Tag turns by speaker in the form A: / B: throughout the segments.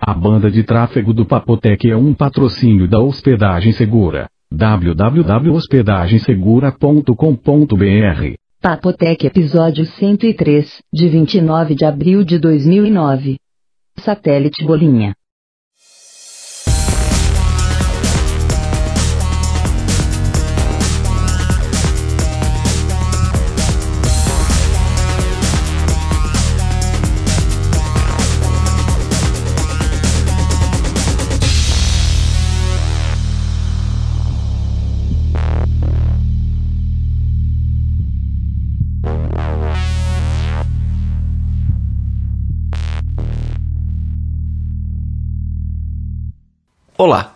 A: A banda de tráfego do Papotec é um patrocínio da Hospedagem Segura. www.hospedagensegura.com.br
B: Papotec Episódio 103, de 29 de abril de 2009. Satélite Bolinha.
C: Olá.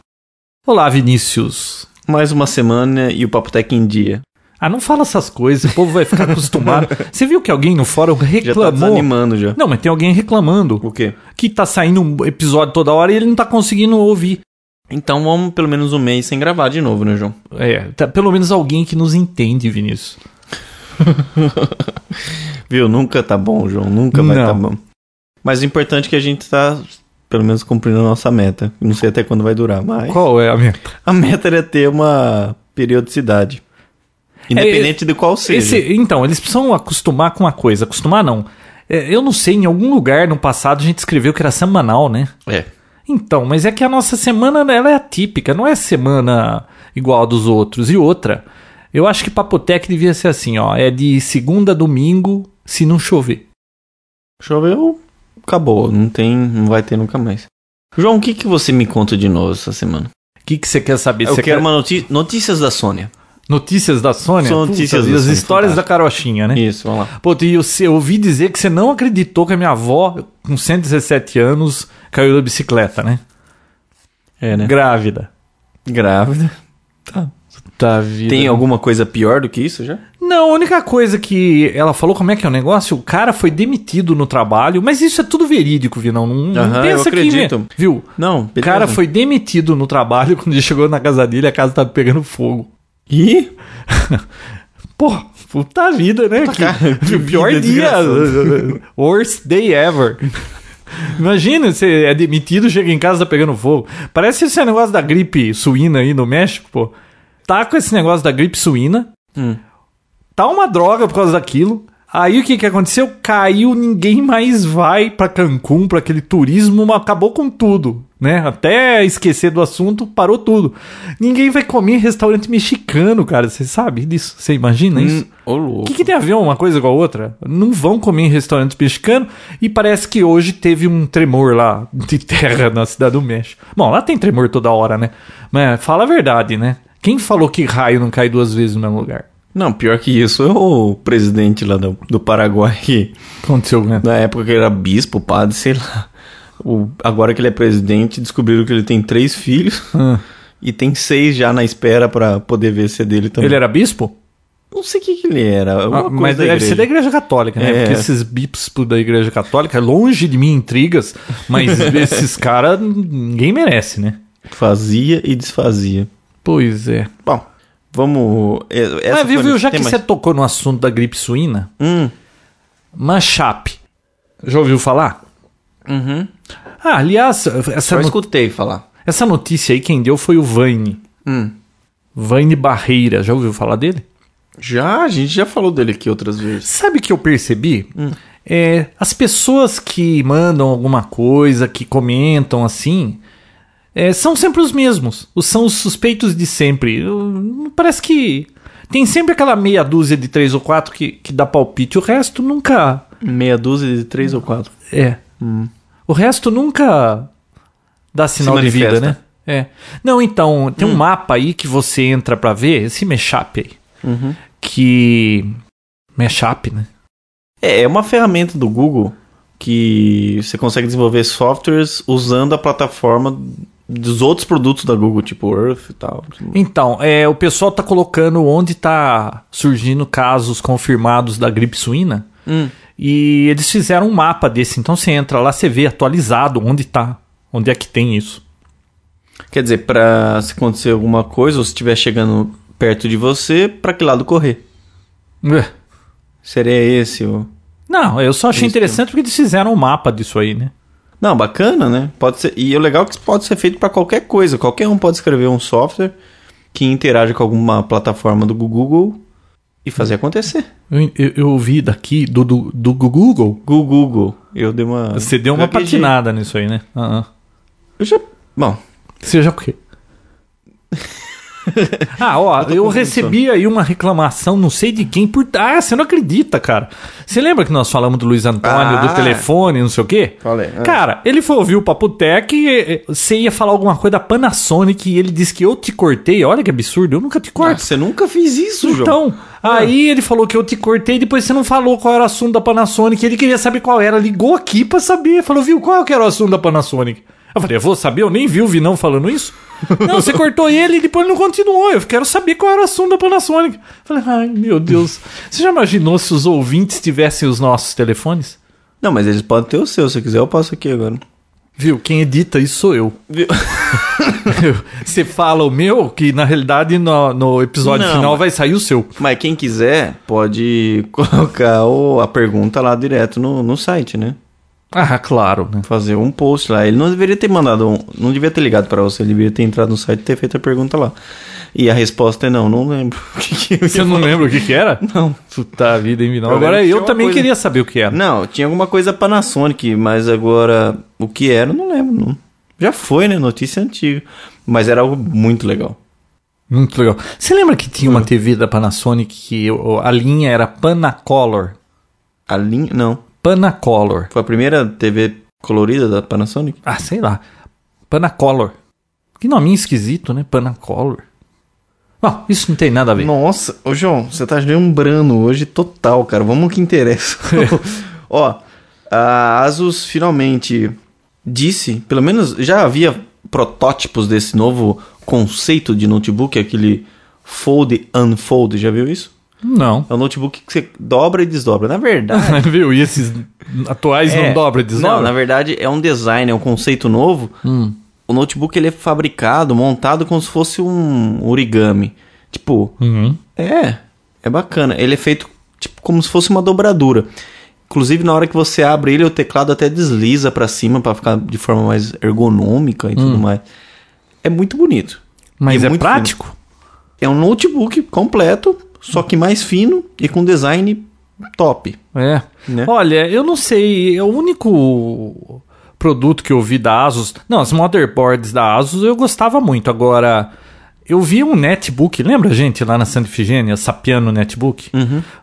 D: Olá, Vinícius.
C: Mais uma semana e o Papo Tech em dia.
D: Ah, não fala essas coisas, o povo vai ficar acostumado. Você viu que alguém no fórum
C: Já tá
D: reclamou?
C: desanimando já.
D: não, mas tem alguém reclamando
C: O quê?
D: que tá saindo um episódio toda hora e ele não tá conseguindo ouvir.
C: Então vamos pelo menos um mês sem gravar de novo, né, João?
D: É, tá pelo menos alguém que nos entende, Vinícius.
C: Viu? Nunca tá bom, João. Nunca vai
D: Não.
C: tá bom. Mas o importante é que a gente tá, pelo menos, cumprindo a nossa meta. Não sei até quando vai durar, mas...
D: Qual é a meta?
C: A meta era ter uma periodicidade. Independente de qual seja.
D: Esse- então, eles precisam acostumar com uma coisa. Acostumar não. É, eu não sei, em algum lugar no passado a gente escreveu que era semanal, né?
C: É.
D: Então, mas é que a nossa semana ela é atípica, não é semana igual a dos outros. E outra, eu acho que Papotec devia ser assim, ó, é de segunda a domingo, se não chover.
C: Choveu, acabou. Não tem... Não vai ter nunca mais. João, o que, que você me conta de novo essa semana?
D: O que que você quer saber?
C: Eu
D: Você
C: quero
D: quer
C: uma noti- notícias da Sônia.
D: notícias da Sônia?
C: São
D: Puta,
C: notícias
D: e
C: da
D: as
C: Sônia,
D: histórias da carochinha, né?
C: Isso, vamos lá.
D: Pô, e eu, eu ouvi dizer que você não acreditou que a minha avó, com 117 anos, caiu da bicicleta, né?
C: É, né?
D: Grávida.
C: Grávida.
D: Tá vida.
C: Tem alguma coisa pior do que isso já?
D: Não, a única coisa que ela falou, como é que é o negócio? O cara foi demitido no trabalho, mas isso é tudo verídico, Vinão. Não, não
C: Aham, eu
D: pensa
C: acredito.
D: que. Viu?
C: Não,
D: O cara foi demitido no trabalho, quando ele chegou na casa dele, a casa tava pegando fogo.
C: Ih,
D: Pô, puta vida, né? Que,
C: cara, que
D: o pior
C: vida
D: dia.
C: desgraçada.
D: Worst day ever. Imagina, você é demitido, chega em casa, tá pegando fogo. Parece esse negócio da gripe suína aí no México, pô. Tá com esse negócio da gripe suína.
C: Hum.
D: Tá uma droga por causa daquilo. Aí o que que aconteceu? Caiu, ninguém mais vai pra Cancún, pra aquele turismo, acabou com tudo, né? Até esquecer do assunto, parou tudo. Ninguém vai comer em restaurante mexicano, cara. Você sabe disso? Você imagina isso?
C: hum, ô
D: O
C: louco.
D: que, que tem a ver uma coisa com a outra? Não vão comer em restaurante mexicano e parece que hoje teve um tremor lá de terra na cidade do México. Bom, lá tem tremor toda hora, né? Mas fala a verdade, né? Quem falou que raio não cai duas vezes no mesmo lugar?
C: Não, pior que isso, é o presidente lá do, do Paraguai, que
D: Aconteceu, né?
C: na época que era bispo, padre, sei lá. O- agora que ele é presidente, descobriram que ele tem três filhos
D: Ah.
C: e tem seis já na espera pra poder ver se é dele também.
D: Ele era bispo?
C: Não sei o que, que ele era, alguma
D: Ah,
C: coisa
D: mas
C: da
D: deve ser da
C: igreja.
D: igreja católica, né?
C: É.
D: Porque esses bispos da igreja católica, longe de mim intrigas, mas esses caras ninguém merece, né?
C: Fazia e desfazia.
D: Pois é.
C: Bom, vamos... é- Essa
D: Mas,
C: foi a
D: Ah, viu, viu,
C: notícia.
D: já
C: Tem
D: que
C: mais?
D: você tocou no assunto da gripe suína,
C: Hum,
D: Manchape. Já ouviu falar?
C: uhum.
D: Ah, aliás, essa,
C: Só
D: no-
C: escutei falar.
D: essa notícia aí quem deu foi o Vane.
C: Hum.
D: Vane Barreira, já ouviu falar dele?
C: Já, a gente já falou dele aqui outras vezes.
D: Sabe o que eu percebi? É, as pessoas que mandam alguma coisa, que comentam assim, é, são sempre os mesmos. Os- São os suspeitos de sempre. Eu- Parece que tem sempre aquela meia dúzia de três ou quatro que, que dá palpite. O resto nunca.
C: Meia dúzia de três ou quatro.
D: É. O resto nunca dá sinal de vida,
C: manifesta.
D: né? É. Não, então, tem um mapa aí que você entra pra ver, esse mashup aí. Que. Mashup, né?
C: É, é uma ferramenta do Google que você consegue desenvolver softwares usando a plataforma dos outros produtos da Google, tipo Earth e tal.
D: Então, é, o pessoal tá colocando onde tá surgindo casos confirmados da gripe suína. E eles fizeram um mapa desse. Então você entra lá, você vê atualizado onde tá. Onde é que tem isso.
C: Quer dizer, pra se acontecer alguma coisa ou se estiver chegando perto de você, pra que lado correr?
D: Ué.
C: Seria esse o.
D: Não, eu só achei
C: Isso.
D: interessante porque eles fizeram um mapa disso aí, né?
C: Não, bacana, né? Pode ser, e o legal é que isso pode ser feito para qualquer coisa. Qualquer um pode escrever um software que interaja com alguma plataforma do Google e fazer acontecer.
D: Eu, eu, eu ouvi daqui do, do, do Google.
C: Google. Eu dei uma.
D: Você deu uma
C: gaguejei.
D: patinada nisso aí, né? Ah, ah.
C: Eu já. Bom,
D: Seja o quê? ah, ó,
C: tô
D: eu,
C: com
D: recebi aí uma reclamação, não sei de quem, por. Ah, você não acredita, cara. Você lembra que nós falamos do Luiz Antônio,
C: Ah.
D: do telefone, não sei o quê?
C: Falei, ah.
D: Cara, ele foi ouvir o Papo Tech e eh, você ia falar alguma coisa da Panasonic e ele disse que eu te cortei. Olha que absurdo, eu nunca te
C: ah,
D: corto.
C: você nunca fez isso, João.
D: Então, aí ele falou que eu te cortei, depois você não falou qual era o assunto da Panasonic, ele queria saber qual era, ligou aqui pra saber, falou, viu, qual é que era o assunto da Panasonic? Eu falei, eu vou saber, eu nem vi o Vinão falando isso. Não, você cortou ele e depois ele não continuou. Eu quero saber qual era o assunto da Panasonic. Eu falei, ai meu Deus. Você já imaginou se os ouvintes tivessem os nossos telefones?
C: Não, mas eles podem ter o seu. Se quiser, eu passo aqui agora.
D: Viu? Quem edita isso sou eu.
C: Viu?
D: Você fala o meu, que na realidade no, no episódio
C: Não,
D: final
C: mas-
D: vai sair o seu.
C: Mas quem quiser, pode colocar o- a pergunta lá direto no, no site, né?
D: Ah, claro, né?
C: Fazer um post lá. Ele não deveria ter mandado um. Não devia ter ligado pra você. Ele deveria ter entrado no site e ter feito a pergunta lá. E a resposta é não, não lembro. O que que eu ia
D: Você não lembra o que, que era? Não. Puta vida, hein, Vinão?
C: Eu
D: Agora
C: lembro que
D: eu
C: tinha
D: também
C: uma coisa-
D: queria saber o que era.
C: Não, tinha alguma coisa Panasonic, mas agora o que era, eu não lembro. não. Já foi, né? Notícia antiga. Mas era algo muito legal.
D: Muito legal. Você lembra que tinha uma TV da Panasonic que o- a linha era Panacolor?
C: A linha. Não.
D: Panacolor.
C: Foi a primeira TV colorida da Panasonic?
D: Ah, sei lá. Panacolor. Que nominho esquisito, né? Panacolor. Bom, isso não tem nada a ver.
C: Nossa, ô João, você tá lembrando hoje total, cara. Vamos ao que interessa. Ó, a Asus finalmente disse, pelo menos já havia protótipos desse novo conceito de notebook, aquele fold unfold, já viu isso?
D: Não.
C: É um notebook que você dobra e desdobra. Na verdade,
D: Viu? E esses atuais
C: É.
D: não dobra, desdobra? Hum.
C: Não, na verdade é um design, é um conceito novo. O notebook ele é fabricado, montado como se fosse um origami. Tipo,
D: Uhum.
C: é, é bacana. Ele é feito tipo como se fosse uma dobradura. Inclusive na hora que você abre ele, o teclado até desliza pra cima pra ficar de forma mais ergonômica e tudo mais. É muito bonito.
D: Hum. Mas
C: E
D: é
C: muito
D: prático?
C: fino. É um notebook completo, só que mais fino e com design top.
D: É.
C: Né?
D: Olha, eu não sei. É o único produto que eu vi da Asus. Não, as motherboards da Asus eu gostava muito. Agora, eu vi um netbook. Lembra, gente, lá na Santa Ifigênia? Sapiano Netbook?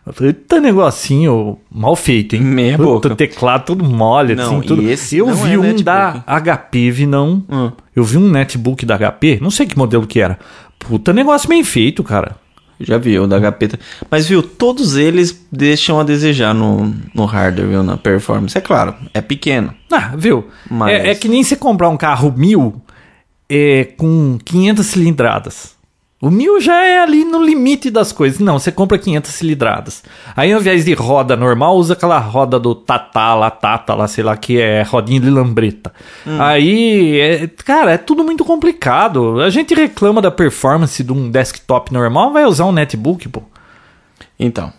D: Eu falei, Eita negocinho mal feito, hein?
C: Uhum. Meia
D: Puta,
C: boca.
D: teclado todo mole,
C: Não,
D: assim,
C: e
D: tudo.
C: esse
D: eu
C: não
D: vi
C: é
D: um
C: netbook.
D: da HP, vi não.
C: Hum.
D: Eu vi um netbook da HP, não sei que modelo que era. Puta negócio bem feito, cara.
C: Já vi, o da HP. Mas viu, todos eles deixam a desejar no, no hardware, viu, na performance. É claro, é pequeno.
D: Ah, viu?
C: Mas-
D: É, é que nem você comprar um carro mil é, com 500 cilindradas. O mil já é ali no limite das coisas. Não, você compra 500 cilindradas. Aí ao invés de roda normal, usa aquela roda do Tatá lá, Tata lá, sei lá, que é rodinha de lambreta. Aí, é- cara, é tudo muito complicado. A gente reclama da performance de um desktop normal, vai usar um netbook, pô.
C: Então.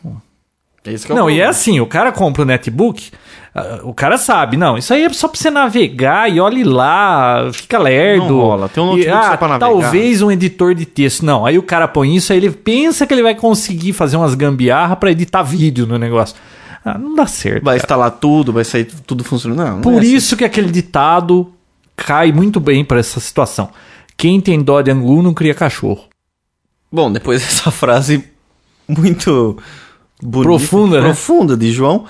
C: Esse que é o
D: Não, e é
C: problema.
D: assim, o cara compra o netbook, ah, o cara sabe, não, isso aí é só pra você navegar e olhe lá, fica lerdo.
C: Não rola, tem um notebook
D: e,
C: só
D: ah,
C: pra navegar.
D: Talvez um editor de texto. Não, aí o cara põe isso, aí ele pensa que ele vai conseguir fazer umas gambiarra pra editar vídeo no negócio. Ah, não dá certo.
C: Vai
D: cara.
C: instalar tudo, vai sair tudo funcionando. Não, não
D: Por
C: é
D: isso que aquele ditado cai muito bem pra essa situação. Quem tem dó de angu não cria cachorro.
C: assim. Bom, depois dessa frase muito bonita,
D: Profunda, né?
C: profunda de João,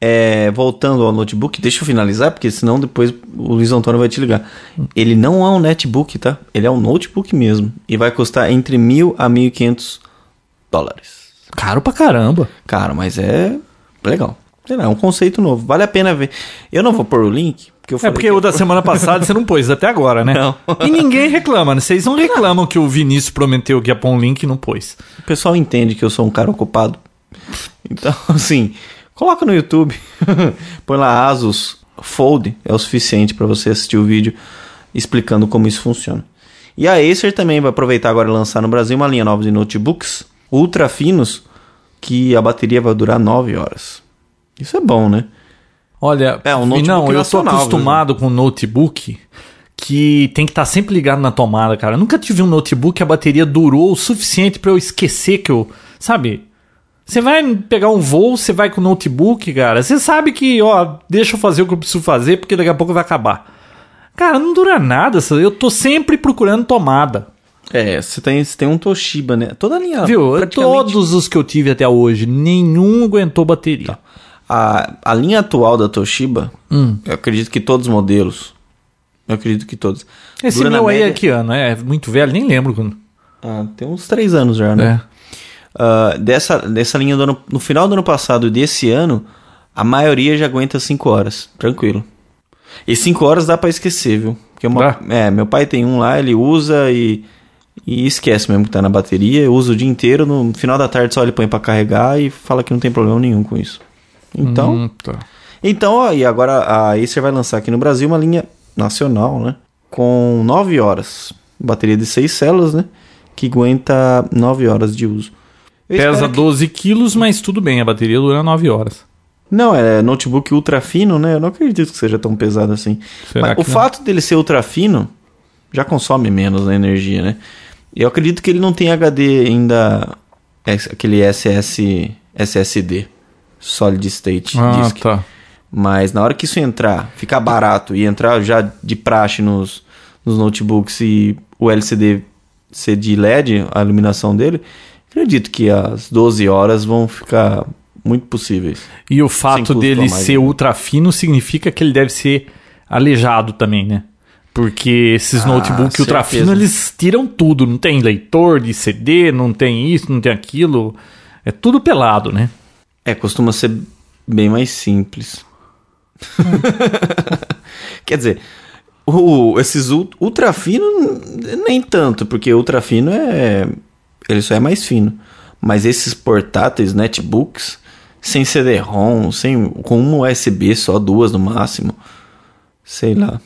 C: é, voltando ao notebook, deixa eu finalizar, porque senão depois o Luiz Antônio vai te ligar. Ele não é um netbook, tá? Ele é um notebook mesmo. E vai custar entre mil a 1.500 dólares.
D: Caro pra caramba.
C: Cara, mas é legal. Sei lá, é um conceito novo. Vale a pena ver. Eu não vou pôr o link, porque eu
D: É
C: falei
D: porque
C: que
D: o da semana passada você não pôs até agora, né?
C: Não.
D: E ninguém reclama, né? Vocês não reclamam que o Vinícius prometeu que ia pôr um link e não pôs.
C: o pessoal entende que eu sou um cara ocupado. Então, assim, coloca no YouTube. Põe lá Asus Fold, é o suficiente para você assistir o vídeo explicando como isso funciona. E a Acer também vai aproveitar agora e lançar no Brasil uma linha nova de notebooks ultra finos que a bateria vai durar 9 horas. Isso é bom, né?
D: Olha,
C: É, um notebook
D: não, eu tô
C: nacional, viu?
D: acostumado com um notebook que tem que estar sempre ligado na tomada, cara. Eu nunca tive um notebook que a bateria durou o suficiente pra eu esquecer que eu, sabe? Você vai pegar um voo, você vai com o notebook, cara. Você sabe que, ó, deixa eu fazer o que eu preciso fazer porque daqui a pouco vai acabar. Cara, não dura nada. essa- Eu tô sempre procurando tomada.
C: É, você tem, você tem um Toshiba, né? Toda a linha.
D: Viu?
C: praticamente-
D: Todos os que eu tive até hoje, nenhum aguentou bateria.
C: Tá. A, a linha atual da Toshiba,
D: Hum.
C: eu acredito que todos os modelos. Eu acredito que todos.
D: Esse
C: Dura na
D: meu aí
C: média-
D: é que ano? É muito velho, nem lembro quando.
C: Ah, tem uns três anos já,
D: É.
C: né? Ah, dessa, dessa linha do ano, no final do ano passado e desse ano, a maioria já aguenta 5 horas, tranquilo. E 5 horas dá pra esquecer, viu? Porque uma-
D: Dá.
C: é, meu pai tem um lá, ele usa e, e esquece mesmo que tá na bateria, usa o dia inteiro, no final da tarde só ele põe pra carregar e fala que não tem problema nenhum com isso. Então,
D: Hum, tá.
C: então, ó, e agora a Acer vai lançar aqui no Brasil uma linha nacional, né? Com 9 horas. Bateria de 6 células, né? Que aguenta 9 horas de uso. Eu
D: Pesa
C: espero que-
D: 12 quilos, mas tudo bem, a bateria dura 9 horas.
C: Não, é notebook ultra fino, né? Eu não acredito que seja tão pesado assim.
D: Será
C: Mas
D: que
C: o
D: não?
C: fato dele ser ultra fino já consome menos né, energia, né? Eu acredito que ele não tem HD ainda. S- Aquele SS, SSD. Solid State Disk.
D: tá.
C: Mas na hora que isso entrar, ficar barato e entrar já de praxe nos, nos notebooks e o LCD ser de LED, a iluminação dele, acredito que as 12 horas vão ficar muito possíveis.
D: E o
C: Sem
D: fato
C: custo a
D: dele
C: mais,
D: ser
C: né?
D: ultra fino significa que ele deve ser aleijado também, né? Porque esses
C: Ah,
D: notebooks ultra
C: certeza.
D: fino, eles tiram tudo. Não tem leitor de CD, não tem isso, não tem aquilo. É tudo pelado, né?
C: É, costuma ser bem mais simples. Quer dizer, o, esses ul- ultra fino n- nem tanto, porque ultra fino é ele só é mais fino. Mas esses portáteis, netbooks, sem CD-ROM, sem com um uma USB só duas no máximo, sei lá.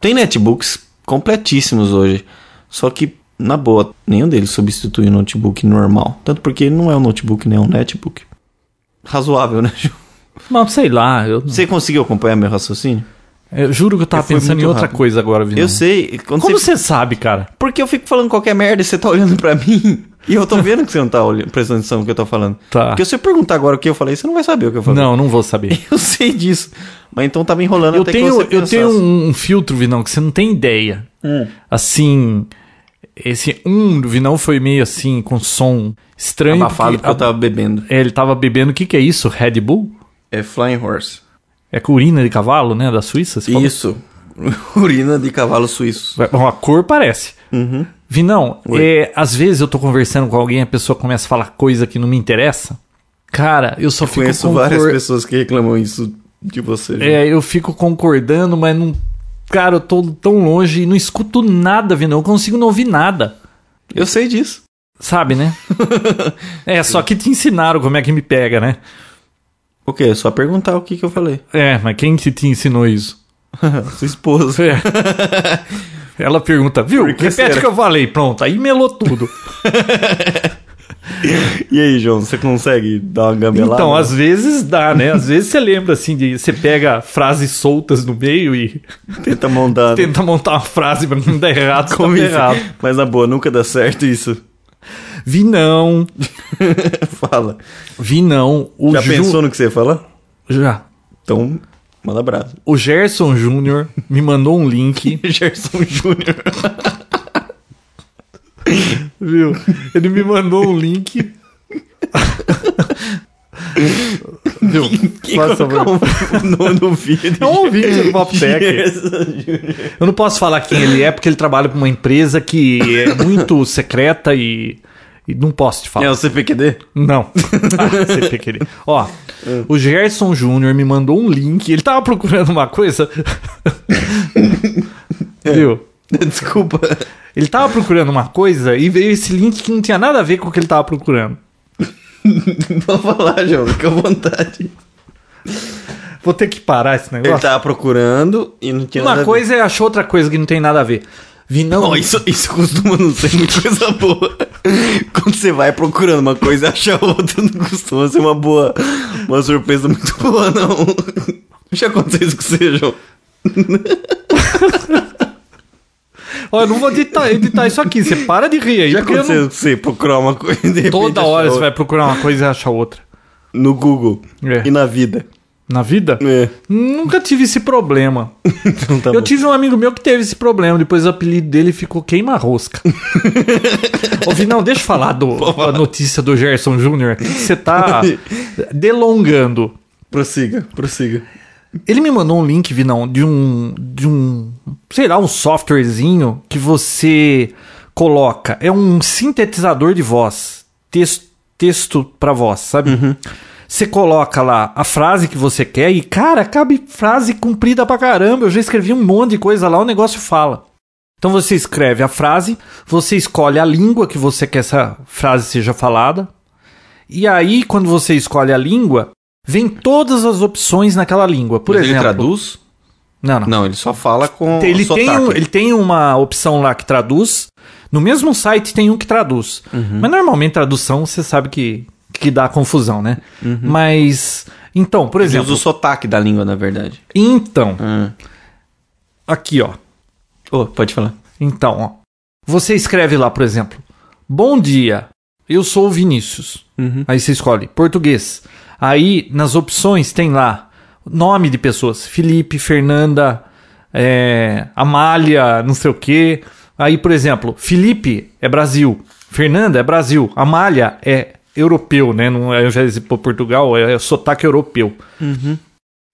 C: Tem netbooks completíssimos hoje, só que na boa, nenhum deles substitui o notebook normal, tanto porque não é um notebook, nem um netbook. Razoável, né? Ju?
D: Mas sei lá, eu,
C: Você conseguiu acompanhar meu raciocínio?
D: eu juro que eu tava
C: Eu fui
D: pensando em
C: É, muito
D: outra
C: rápido.
D: coisa agora, Vinão.
C: Eu sei. Quando
D: Como
C: você...
D: você sabe, cara?
C: Porque eu fico falando qualquer merda e você tá olhando pra mim. E eu tô vendo que você não tá olhando, prestando atenção no que eu tô falando.
D: Tá.
C: Porque se eu perguntar agora o que eu falei, você não vai saber o que eu falei.
D: Não, não vou saber.
C: Eu sei disso. Mas então tá me enrolando
D: Eu
C: até
D: tenho,
C: que você assim.
D: eu tenho
C: pensasse.
D: um, um filtro, Vinão, que você não tem ideia.
C: Hum.
D: Assim, esse um do Vinão foi meio assim, com som estranho.
C: Abafado porque
D: porque
C: eu tava bebendo.
D: Ele tava bebendo, o que que é isso? Red Bull?
C: É Flying Horse.
D: É com urina de cavalo, né? Da Suíça? você falou?
C: Isso. Urina de cavalo suíço.
D: Vai- Bom, a cor parece.
C: Uhum.
D: Vinão, é, às vezes eu tô conversando com alguém, a pessoa começa a falar coisa que não me interessa. Cara, eu só fico
C: Conheço
D: concor-
C: várias pessoas que reclamam isso de você. Ju.
D: É, eu fico concordando, mas não. Cara, eu tô tão longe e não escuto nada, Vinão. Eu consigo não ouvir nada.
C: Eu sei disso.
D: Sabe, né? é, só que te ensinaram como é que me pega, né?
C: O quê? É só perguntar o que, que eu falei.
D: É, mas quem que te ensinou isso?
C: Sua esposa.
D: É. Ela pergunta, viu?
C: Por que
D: Repete
C: será?
D: o que eu falei. Pronto, aí melou tudo.
C: E aí, João, você consegue dar uma gambelada?
D: então, às vezes dá, né? Às vezes você lembra, assim, de você pega frases soltas no meio e
C: Tenta montar.
D: tenta montar uma frase pra não dar errado, só
C: Como
D: dá
C: isso?
D: errado.
C: Mas na boa, nunca dá certo isso.
D: Vi não,
C: Fala.
D: vi não. O
C: Já
D: Ju-
C: pensou no que você ia falar?
D: Já.
C: Então, manda abraço.
D: O Gerson Júnior me mandou um link,
C: Gerson Júnior.
D: viu? Ele me mandou um link. viu? Faz favor.
C: no, no vídeo.
D: É um ouvinte do Poptech.
C: Gerson Júnior.
D: Eu não posso falar quem ele é, porque ele trabalha pra uma empresa que é muito secreta e, e não posso te
C: É
D: falar.
C: o CPQD?
D: Não. Ah, você tem que querer. Ó, o Gerson Júnior me mandou um link. Ele tava procurando uma coisa. Viu?
C: Desculpa.
D: Ele tava procurando uma coisa e veio esse link que não tinha nada a ver com o que ele tava procurando.
C: Vou falar, João. Fica à vontade.
D: Vou ter que parar esse
C: Ele
D: negócio.
C: tava procurando e não tinha nada
D: Uma
C: a
D: coisa e achou outra coisa que não tem nada a ver. Vi não.
C: ver. Ó, isso, isso costuma não ser muita coisa boa. Quando você vai procurando uma coisa e acha outra, não costuma ser uma boa. Uma surpresa muito boa, não. Já aconteceu isso com você, João?
D: Olha, eu não vou editar, editar isso aqui. Você para de rir aí.
C: Já
D: porque eu
C: aconteceu com você procurar uma coisa e de repente
D: não- Toda
C: achar
D: hora você
C: outra?
D: vai procurar uma coisa e acha outra.
C: No Google
D: É.
C: e na vida.
D: Na vida?
C: É.
D: Nunca tive esse problema.
C: Então tá
D: eu
C: bom.
D: tive um amigo meu que teve esse problema, depois o apelido dele ficou queima-rosca. Ouvi, não, deixa eu falar do, da notícia do Gerson Júnior aqui, que você tá delongando.
C: Prossiga, prossiga.
D: Ele me mandou um link, Vinão, de um. de um. sei lá, um softwarezinho que você coloca. É um sintetizador de voz. Texto, texto pra voz, sabe? Você coloca lá a frase que você quer e, cara, cabe frase comprida pra caramba. Eu já escrevi um monte de coisa lá, o negócio fala. Então você escreve a frase, você escolhe a língua que você quer que essa frase seja falada, e aí, quando você escolhe a língua, vem todas as opções naquela língua. Por
C: Mas
D: exemplo.
C: ele traduz?
D: Não, não.
C: Não, ele só fala com
D: Ele
C: sotaque.
D: tem, um- ele tem uma opção lá que traduz. No mesmo site tem um que traduz. Mas normalmente tradução você sabe que, que dá confusão, né? Mas. Então, por
C: Ele usa
D: exemplo.
C: o sotaque da língua, na verdade.
D: Então.
C: Ah.
D: Aqui, ó.
C: Ô, pode falar.
D: Então, ó. Você escreve lá, por exemplo. Bom dia. Eu sou o Vinícius.
C: Uhum.
D: Aí você escolhe português. Aí nas opções tem lá nome de pessoas: Felipe, Fernanda, é, Amália, não sei o quê. Aí, por exemplo, Felipe é Brasil, Fernanda é Brasil, Amália é europeu, né? Não é ao invés de pôr Portugal, é, é sotaque europeu. Uhum.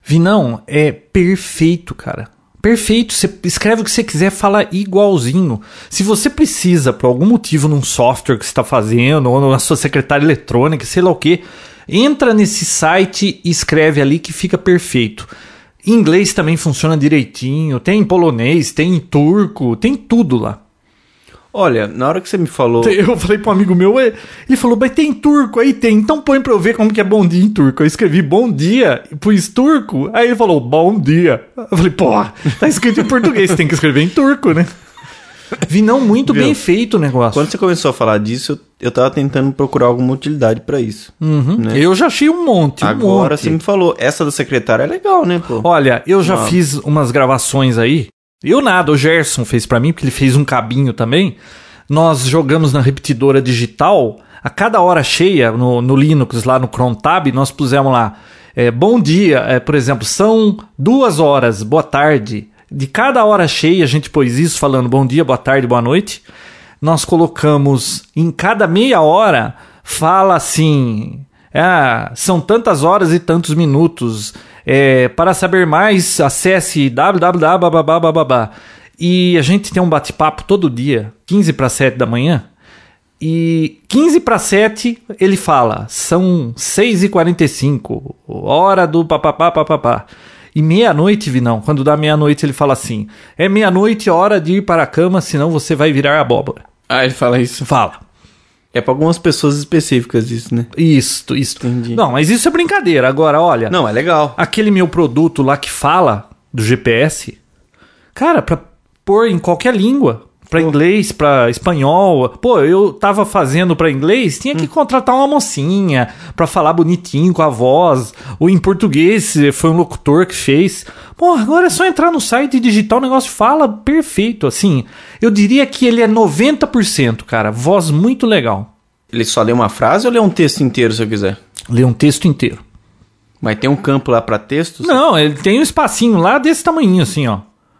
D: Vinão é perfeito, cara. Perfeito, você escreve o que você quiser, fala igualzinho. Se você precisa, por algum motivo, num software que você está fazendo, ou na sua secretária eletrônica, sei lá o que, entra nesse site e escreve ali que fica perfeito. Em inglês também funciona direitinho, tem em polonês, tem em turco, tem tudo lá.
C: Olha, na hora que você me falou.
D: Eu falei para um amigo meu, "Ué", ele falou, mas tem em turco aí, tem, então põe pra eu ver como que é bom dia em turco. Eu escrevi bom dia, pus turco, aí ele falou, bom dia. Eu falei, porra, tá escrito em português, tem que escrever em turco, né? Vi não muito
C: Viu?
D: bem feito o negócio.
C: Quando você começou a falar disso, eu- eu tava tentando procurar alguma utilidade pra isso.
D: Uhum.
C: né?
D: Eu já achei um monte, um
C: Agora
D: monte.
C: você me falou, essa do secretário é legal, né, pô?
D: Olha, eu já
C: Ah.
D: fiz umas gravações aí. Eu nada, o Gerson fez pra mim, porque ele fez um cabinho também. Nós jogamos na repetidora digital. A cada hora cheia, no, no Linux, lá no Chrome Tab, nós pusemos lá. é, bom dia, é, por exemplo, são duas horas, boa tarde. De cada hora cheia, a gente pôs isso, falando bom dia, boa tarde, boa noite. Nós colocamos em cada meia hora, fala assim. Ah, são tantas horas e tantos minutos. É, para saber mais, acesse www. E a gente tem um bate-papo todo dia, 15 para 7 da manhã. E 15 para 7 ele fala, são 6h45, hora do papapá, papapá. E meia-noite, Vinão, quando dá meia-noite ele fala assim, é meia-noite, hora de ir para a cama, senão você vai virar abóbora.
C: Ah, ele fala isso.
D: Fala.
C: É pra algumas pessoas específicas isso, né?
D: Isto, isto.
C: Entendi.
D: Não, mas isso é brincadeira. Agora, olha,
C: Não, é legal.
D: aquele meu produto lá que fala do GPS, cara, pra pôr em qualquer língua, pra inglês, pra espanhol. Pô, eu tava fazendo pra inglês, tinha que contratar uma mocinha pra falar bonitinho com a voz. Ou em português, eh, foi um locutor que fez. Pô, agora é só entrar no site e digitar o negócio fala perfeito, assim. Eu diria que ele é 90%, cara, voz muito legal.
C: Ele só lê uma frase ou lê um texto inteiro se eu quiser?
D: Lê um texto inteiro.
C: Mas tem um campo lá pra textos?
D: Não, ele tem um espacinho lá desse tamanhinho, assim, ó.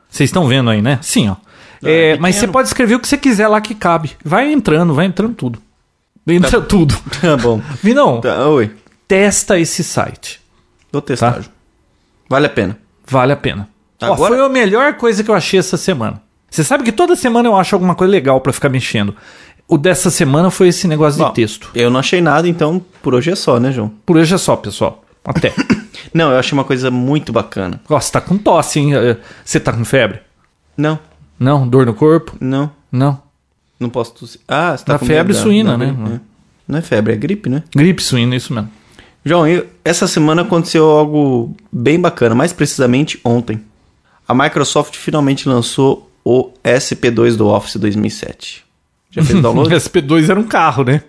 D: Vocês estão vendo aí, né? Sim, ó.
C: Ah,
D: É, mas você pode escrever o que você quiser lá que cabe. Vai entrando, vai entrando tudo. Entra tudo.
C: Tá bom.
D: Vinão,
C: Tá, oi.
D: testa esse site.
C: Vou testar.
D: Tá.
C: Ju. Vale a pena.
D: Vale a pena. Ó,
C: Agora-
D: foi a melhor coisa que eu achei essa semana. Você sabe que toda semana eu acho alguma coisa legal pra ficar mexendo. O dessa semana foi esse negócio
C: Bom,
D: de texto.
C: Eu não achei nada, então por hoje é só, né, João?
D: Por hoje é só, pessoal. Até.
C: Não, eu achei uma coisa muito bacana.
D: Ó, você tá com tosse, hein? Eh, Você tá com febre?
C: Não,
D: Não? Dor no corpo?
C: não,
D: Não.
C: não posso tossir. Ah, você tá
D: Da
C: com
D: febre
C: medo da-
D: suína,
C: da
D: né?
C: gripe, Não é febre, é gripe, né?
D: Gripe suína, isso mesmo.
C: João, eu- essa semana aconteceu algo bem bacana, mais precisamente ontem. A Microsoft finalmente lançou o SP2 do Office 2007. Já fez o
D: O
C: download?
D: SP2 era um carro, né?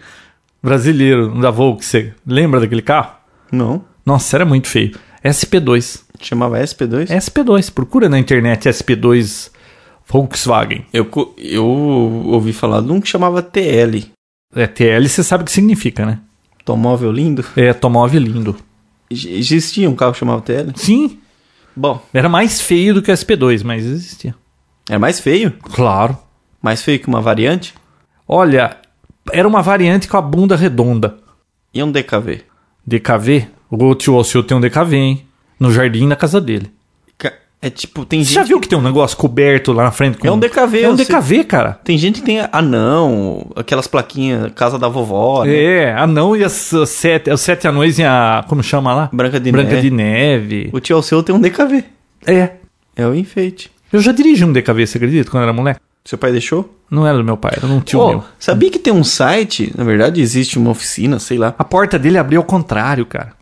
D: Brasileiro, um da Volkswagen. Lembra daquele carro?
C: não.
D: Nossa, era muito feio. SP2.
C: Chamava SP2?
D: É. SP2, procura na internet SP2 Volkswagen.
C: Eu, co- eu ouvi falar de um que chamava TL.
D: É, TL você sabe o que significa, né?
C: Automóvel lindo.
D: É automóvel lindo.
C: Ex- Existia um carro que chamava TL?
D: Sim,
C: Bom,
D: era mais feio do que o SP2, mas existia.
C: é mais feio.
D: Claro.
C: Mais feio que uma variante.
D: Olha, era uma variante com a bunda redonda.
C: E um DKV.
D: DKV? O tio Alceu tem um DKV, hein? No jardim da casa dele.
C: Ca- É tipo, tem
D: Você
C: gente.
D: já viu que tem um negócio coberto lá na frente? com-
C: É um DKV,
D: É um
C: eu sei.
D: DKV, cara.
C: Tem gente que tem anão, aquelas plaquinhas, casa da vovó, né?
D: É, anão e as, as sete, os sete anões e a... Como chama lá?
C: Branca de
D: Branca
C: Neve.
D: de Neve.
C: O tio Alceu tem um DKV.
D: É.
C: É o enfeite.
D: Eu já dirigi um DKV, você acredita? Quando era moleque.
C: Seu pai deixou?
D: Não era do meu pai, era de um tio
C: Ô,
D: meu.
C: Sabia que tem um site, na verdade existe uma oficina, sei lá.
D: A porta dele abriu ao contrário, cara.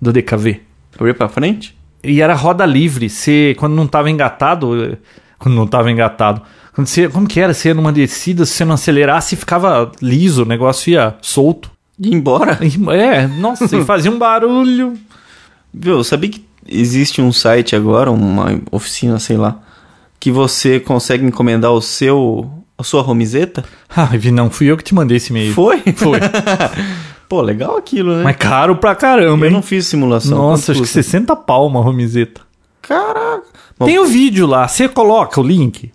D: Do DKV.
C: Abrir pra frente?
D: E era roda livre. Você, quando não tava engatado. eh, Quando não tava engatado. Quando você, como que era? Você ia numa descida, se você não acelerasse, ficava liso, o negócio ia solto.
C: De ir embora?
D: E- é, nossa, e fazia um barulho.
C: Viu, sabia que existe um site agora, uma oficina, sei lá, que você consegue encomendar o seu. a sua romizeta?
D: Ah, vi, não fui eu que te mandei esse e-mail.
C: Foi?
D: Foi.
C: Pô, legal aquilo, né?
D: Mas caro pra caramba,
C: Eu
D: hein?
C: não fiz simulação.
D: Nossa, acho
C: Quanto
D: que 60 pau uma romizeta.
C: custa? Caraca. Bom,
D: Tem o vídeo lá, você coloca o link.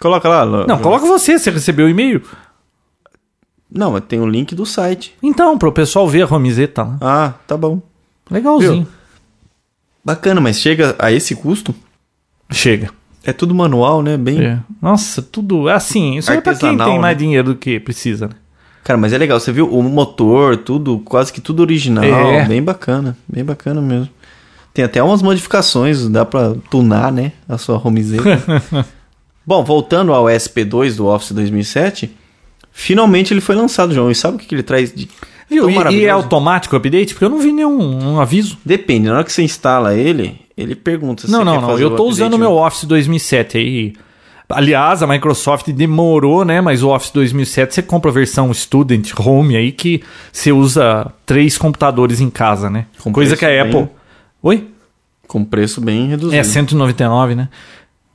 C: Coloca lá. Lu-
D: Não, coloca você, você recebeu o e-mail.
C: Não, mas tem o link do site.
D: Então, pro pessoal ver a romizeta lá.
C: Ah, tá bom.
D: Legalzinho.
C: Bacana, mas chega a esse custo?
D: Chega.
C: É tudo manual, né? Bem.
D: É. Nossa, tudo. é Assim, isso aí é pra quem
C: Artesanal,
D: tem
C: né?
D: mais dinheiro do que precisa, né?
C: Cara, mas é legal, você viu o motor, tudo, quase que tudo original,
D: É.
C: bem bacana, bem bacana mesmo. Tem até umas modificações, dá pra tunar, né, a sua romizeta. Bom, voltando ao SP2 do Office 2007, finalmente ele foi lançado, João, e sabe o que que ele traz de
D: Viu?
C: tão
D: E- E, é
C: maravilhoso?
D: automático o update? Porque eu não vi nenhum um aviso.
C: Depende, na hora que você instala ele, ele pergunta se
D: não,
C: você
D: não,
C: quer
D: não.
C: fazer
D: Eu
C: o
D: tô
C: update
D: usando o
C: ou-
D: meu Office 2007 aí. Aliás, a Microsoft demorou, né? Mas o Office 2007 você compra a versão Student Home aí que você usa três computadores em casa, né?
C: Com
D: Coisa que a
C: preço
D: Apple.
C: bem-
D: Oi?
C: Com um preço bem reduzido.
D: É 199, né?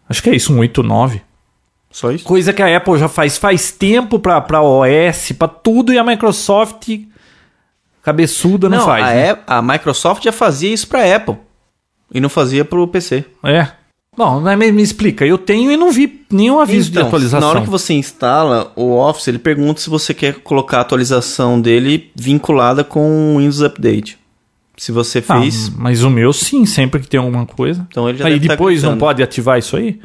D: Acho que é isso, um 89.
C: Só isso?
D: Coisa que a Apple já faz faz tempo pra, pra OS, pra tudo, e a Microsoft cabeçuda não, faz.
C: a,
D: né?
C: Ap- a Microsoft já fazia isso pra Apple, e não fazia pro PC.
D: É. Bom, mas me, me explica, eu tenho e não vi nenhum aviso de
C: Então,
D: atualização.
C: Na hora que você instala o Office, ele pergunta se você quer colocar a atualização dele vinculada com o Windows Update. Se você
D: Ah,
C: fez,
D: mas o meu sim, sempre que tem alguma coisa.
C: Então ele já
D: Aí
C: deve tá
D: depois não
C: gritando.
D: pode ativar isso aí?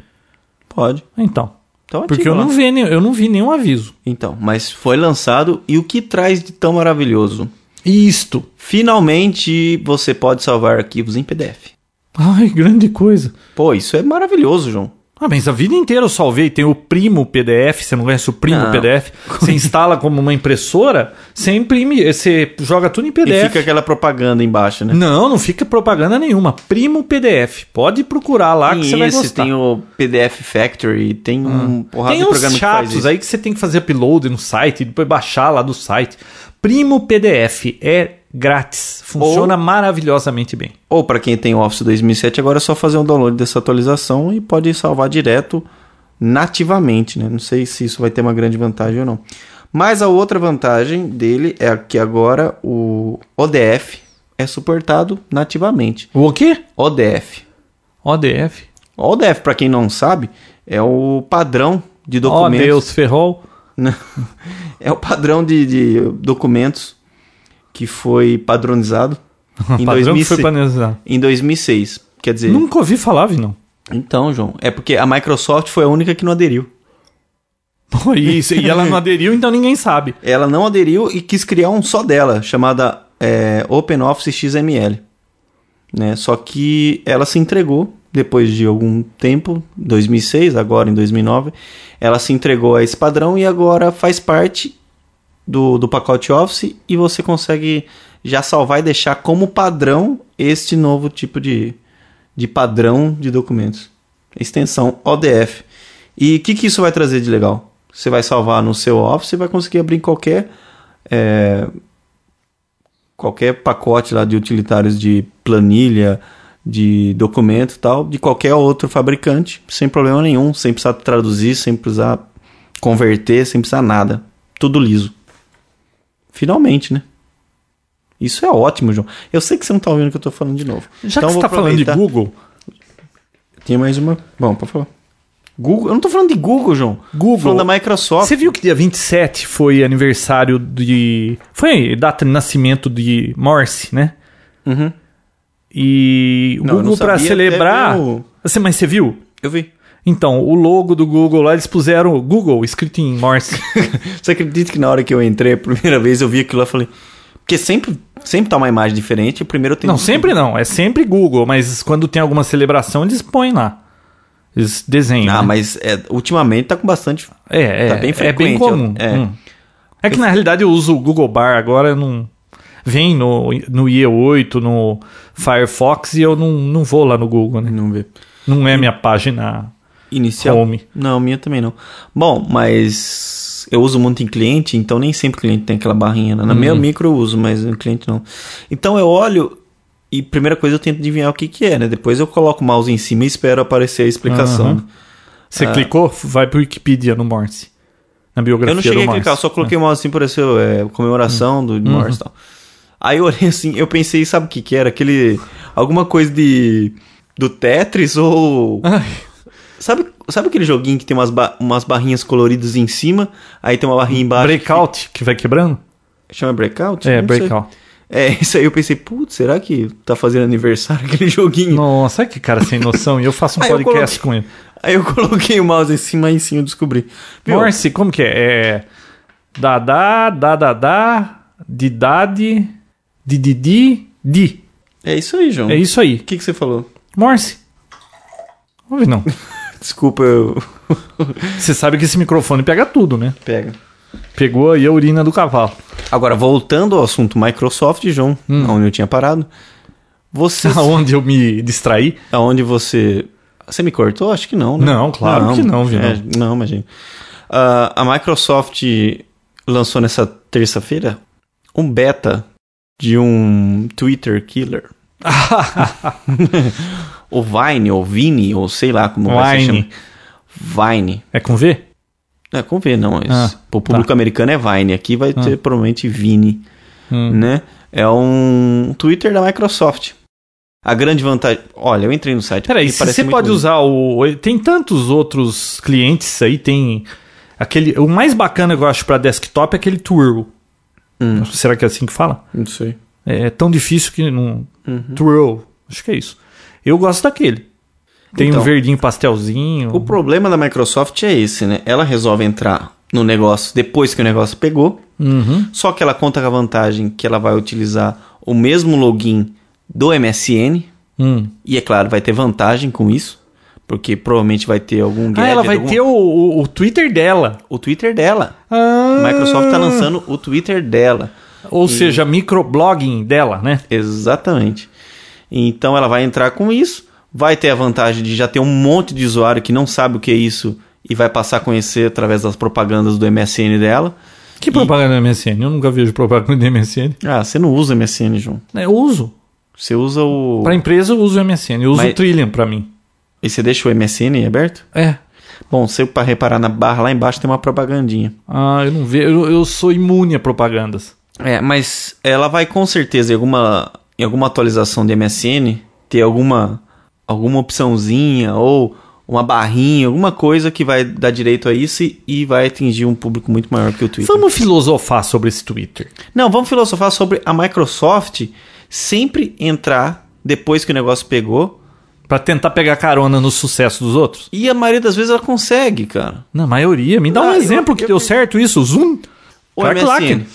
C: pode.
D: Então.
C: Então
D: Porque
C: ativa
D: eu não,
C: lá.
D: vi, nem- eu não vi nenhum aviso.
C: Então, mas foi lançado e o que traz de tão maravilhoso?
D: Isto.
C: Finalmente você pode salvar arquivos em PDF.
D: Ai, grande coisa.
C: Pô, isso é maravilhoso, João.
D: Ah, mas a vida inteira eu salvei. Tem o Primo PDF, você não conhece o Primo
C: Não.
D: PDF? Você instala como uma impressora, você imprime, você joga tudo em
C: E
D: PDF.
C: fica aquela propaganda embaixo, né?
D: Não, não fica propaganda nenhuma. Primo PDF. Pode procurar lá que
C: tem
D: você vai
C: né, esse,
D: gostar. Ah.
C: tem o PDF Factory, tem um porrada
D: Tem
C: de
D: uns
C: programa que faz
D: chatos
C: isso.
D: aí que você tem que fazer upload no site, depois baixar lá do site. Primo PDF é grátis. Funciona maravilhosamente bem.
C: Ou para quem tem o Office 2007, agora é só fazer um download dessa atualização e pode salvar direto nativamente, né? Não sei se isso vai ter uma grande vantagem ou não. Mas a outra vantagem dele é que agora o ODF é suportado nativamente.
D: O quê?
C: ODF.
D: ODF.
C: ODF, para quem não sabe, é o padrão de
D: Ó
C: documentos.
D: Oh, Deus, ferrou.
C: Não. É o padrão de, de documentos que foi padronizado em,
D: Padrão que
C: 2006,
D: foi planejado.
C: em 2006. Quer dizer,
D: Nunca ouvi falar, vi não.
C: Então, João, é porque a Microsoft foi a única que não aderiu.
D: Pô, isso, e ela não aderiu, então ninguém sabe.
C: Ela não aderiu e quis criar um só dela, chamada é, Open Office XML. Né? Só que ela se entregou depois de algum tempo, 2006, agora em 2009, ela se entregou a esse padrão e agora faz parte do, do pacote Office e você consegue já salvar e deixar como padrão este novo tipo de, de padrão de documentos. Extensão ODF. E o que, que isso vai trazer de legal? Você vai salvar no seu Office e vai conseguir abrir qualquer, é, qualquer pacote lá de utilitários de planilha, de documento e tal, de qualquer outro fabricante, sem problema nenhum, sem precisar traduzir, sem precisar converter, sem precisar nada. Tudo liso. Finalmente, né? Isso é ótimo, João. Eu sei que você não tá ouvindo o que eu tô falando de novo.
D: Já
C: Então
D: que
C: eu
D: você
C: vou
D: tá falando de
C: aproveitar-
D: Google,
C: Tem mais uma. Bom, pode falar. Google? Eu não tô falando de Google, João.
D: Google.
C: Tô falando da Microsoft.
D: você viu que dia 27 foi aniversário de. Foi data de nascimento de Morse, né?
C: Uhum.
D: E o
C: Não, eu não
D: Google, pra
C: sabia,
D: celebrar.
C: até eu-
D: Você, mas você viu?
C: Eu vi.
D: Então, o logo do Google lá, eles puseram Google escrito em Morse.
C: Você acredita que na hora que eu entrei a primeira vez eu vi aquilo lá e falei. Porque sempre, sempre tá uma imagem diferente. e Primeiro eu tenho.
D: não, sempre não. É sempre Google, mas quando tem alguma celebração, eles põem lá. Eles desenham.
C: Ah,
D: né?
C: mas é, ultimamente tá com bastante.
D: É, é.
C: Tá bem
D: É bem
C: frequente,
D: comum.
C: eu- é.
D: Hum. É que na realidade eu uso o Google Bar agora, eu não. Vem no, no IE8, no Firefox e eu não, não vou lá no Google, né?
C: Não vê.
D: Não é minha página
C: Inicial.
D: home.
C: Não, minha também não. Bom, mas eu uso muito em cliente, então nem sempre o cliente tem aquela barrinha. Né? Na minha
D: Uhum.
C: micro eu uso, mas no cliente não. Então eu olho e primeira coisa eu tento adivinhar o que que é, né? Depois eu coloco o mouse em cima e espero aparecer a explicação.
D: Aham. Você
C: Ah.
D: clicou? Vai pro Wikipedia no Morse. Na biografia
C: Eu não cheguei
D: do Uhum.
C: a
D: Morse.
C: clicar, eu só coloquei o mouse assim, pareceu é, comemoração do Morse e tal. Aí eu olhei assim, eu pensei, sabe o que que era? Aquele... Alguma coisa de... Do Tetris ou...
D: Ai,
C: Sabe, sabe aquele joguinho que tem umas, ba- umas barrinhas coloridas em cima, aí tem uma barrinha embaixo?
D: breakout, que vai quebrando?
C: Chama Breakout?
D: É,
C: Não sei.
D: breakout.
C: É, isso aí eu pensei, putz, será que tá fazendo aniversário aquele joguinho?
D: Nossa, que cara sem noção. E eu faço um
C: Aí eu
D: podcast com ele.
C: Aí eu coloquei o mouse em cima e sim eu descobri. Viu?
D: Morse, como que é? É. Dadá, dadadá, didade, dididi, di.
C: É isso aí, João.
D: É isso
C: O
D: aí.
C: que, que você falou?
D: Morse. Ouve não.
C: Desculpa, eu...
D: Você sabe que esse microfone pega tudo, né?
C: Pega.
D: Pegou aí a urina do cavalo.
C: Agora, voltando ao assunto Microsoft, João, onde eu tinha parado. Você...
D: Hum. Aonde eu me distraí.
C: Aonde você... Você me cortou? Acho que não, né?
D: Não, claro que não, Vinão.
C: É, não, imagina. Ah, a Microsoft lançou nessa terça-feira um beta de um Twitter killer. o Vine, ou Vini, ou sei lá como vai se
D: Vine.
C: chama. Vine.
D: É com V?
C: É, como ver, não.
D: Ah,
C: Para o público americano é Vine. Aqui vai ter provavelmente Vini,
D: Hum.
C: né? É um Twitter da Microsoft. A grande vantagem... Olha, eu entrei no site.
D: Peraí,
C: me
D: se
C: parece
D: você
C: muito
D: pode
C: bonito.
D: usar o. Tem tantos outros clientes aí, tem. Aquele, o mais bacana que eu acho pra desktop é aquele Twirl.
C: Hum.
D: Será que é assim que fala?
C: Não sei.
D: É, tão difícil que não. Twirl. Acho que é isso. Eu gosto daquele. Tem
C: Então.
D: um verdinho pastelzinho.
C: O problema da Microsoft é esse, né? Ela resolve entrar no negócio depois que o negócio pegou,
D: Uhum.
C: só que ela conta com a vantagem que ela vai utilizar o mesmo login do MSN,
D: Hum.
C: e é claro, vai ter vantagem com isso, porque provavelmente vai ter algum
D: Ah, ela vai ter o, o- o Twitter dela.
C: o Twitter dela.
D: Ah,
C: A Microsoft tá lançando o Twitter dela.
D: Ou seja, microblogging dela, né?
C: Exatamente. Então ela vai entrar com isso, vai ter a vantagem de já ter um monte de usuário que não sabe o que é isso e vai passar a conhecer através das propagandas do MSN dela.
D: Que propaganda do MSN? Eu nunca vejo propaganda do MSN.
C: Ah, você não usa MSN, João.
D: É, Eu uso.
C: Você usa o.
D: Pra empresa eu uso o MSN. Eu uso
C: Mas-
D: o Trillion pra mim.
C: E você deixa o MSN aberto?
D: É.
C: Bom, você para reparar na barra lá embaixo tem uma propagandinha.
D: Ah, eu não vejo. Eu, eu sou imune a propagandas.
C: É, mas ela vai com certeza em alguma, em alguma atualização de MSN ter alguma, alguma opçãozinha ou uma barrinha, alguma coisa que vai dar direito a isso e, e vai atingir um público muito maior que o Twitter.
D: Vamos filosofar sobre esse Twitter.
C: Não, vamos filosofar sobre a Microsoft sempre entrar depois que o negócio pegou.
D: Pra tentar pegar carona no sucesso dos outros?
C: E a maioria das vezes ela consegue, cara.
D: Na maioria. Me dá
C: Ah,
D: um
C: eu-
D: exemplo que
C: eu-
D: deu certo isso. O Zoom.
C: O
D: Crack
C: MSN.
D: Lack.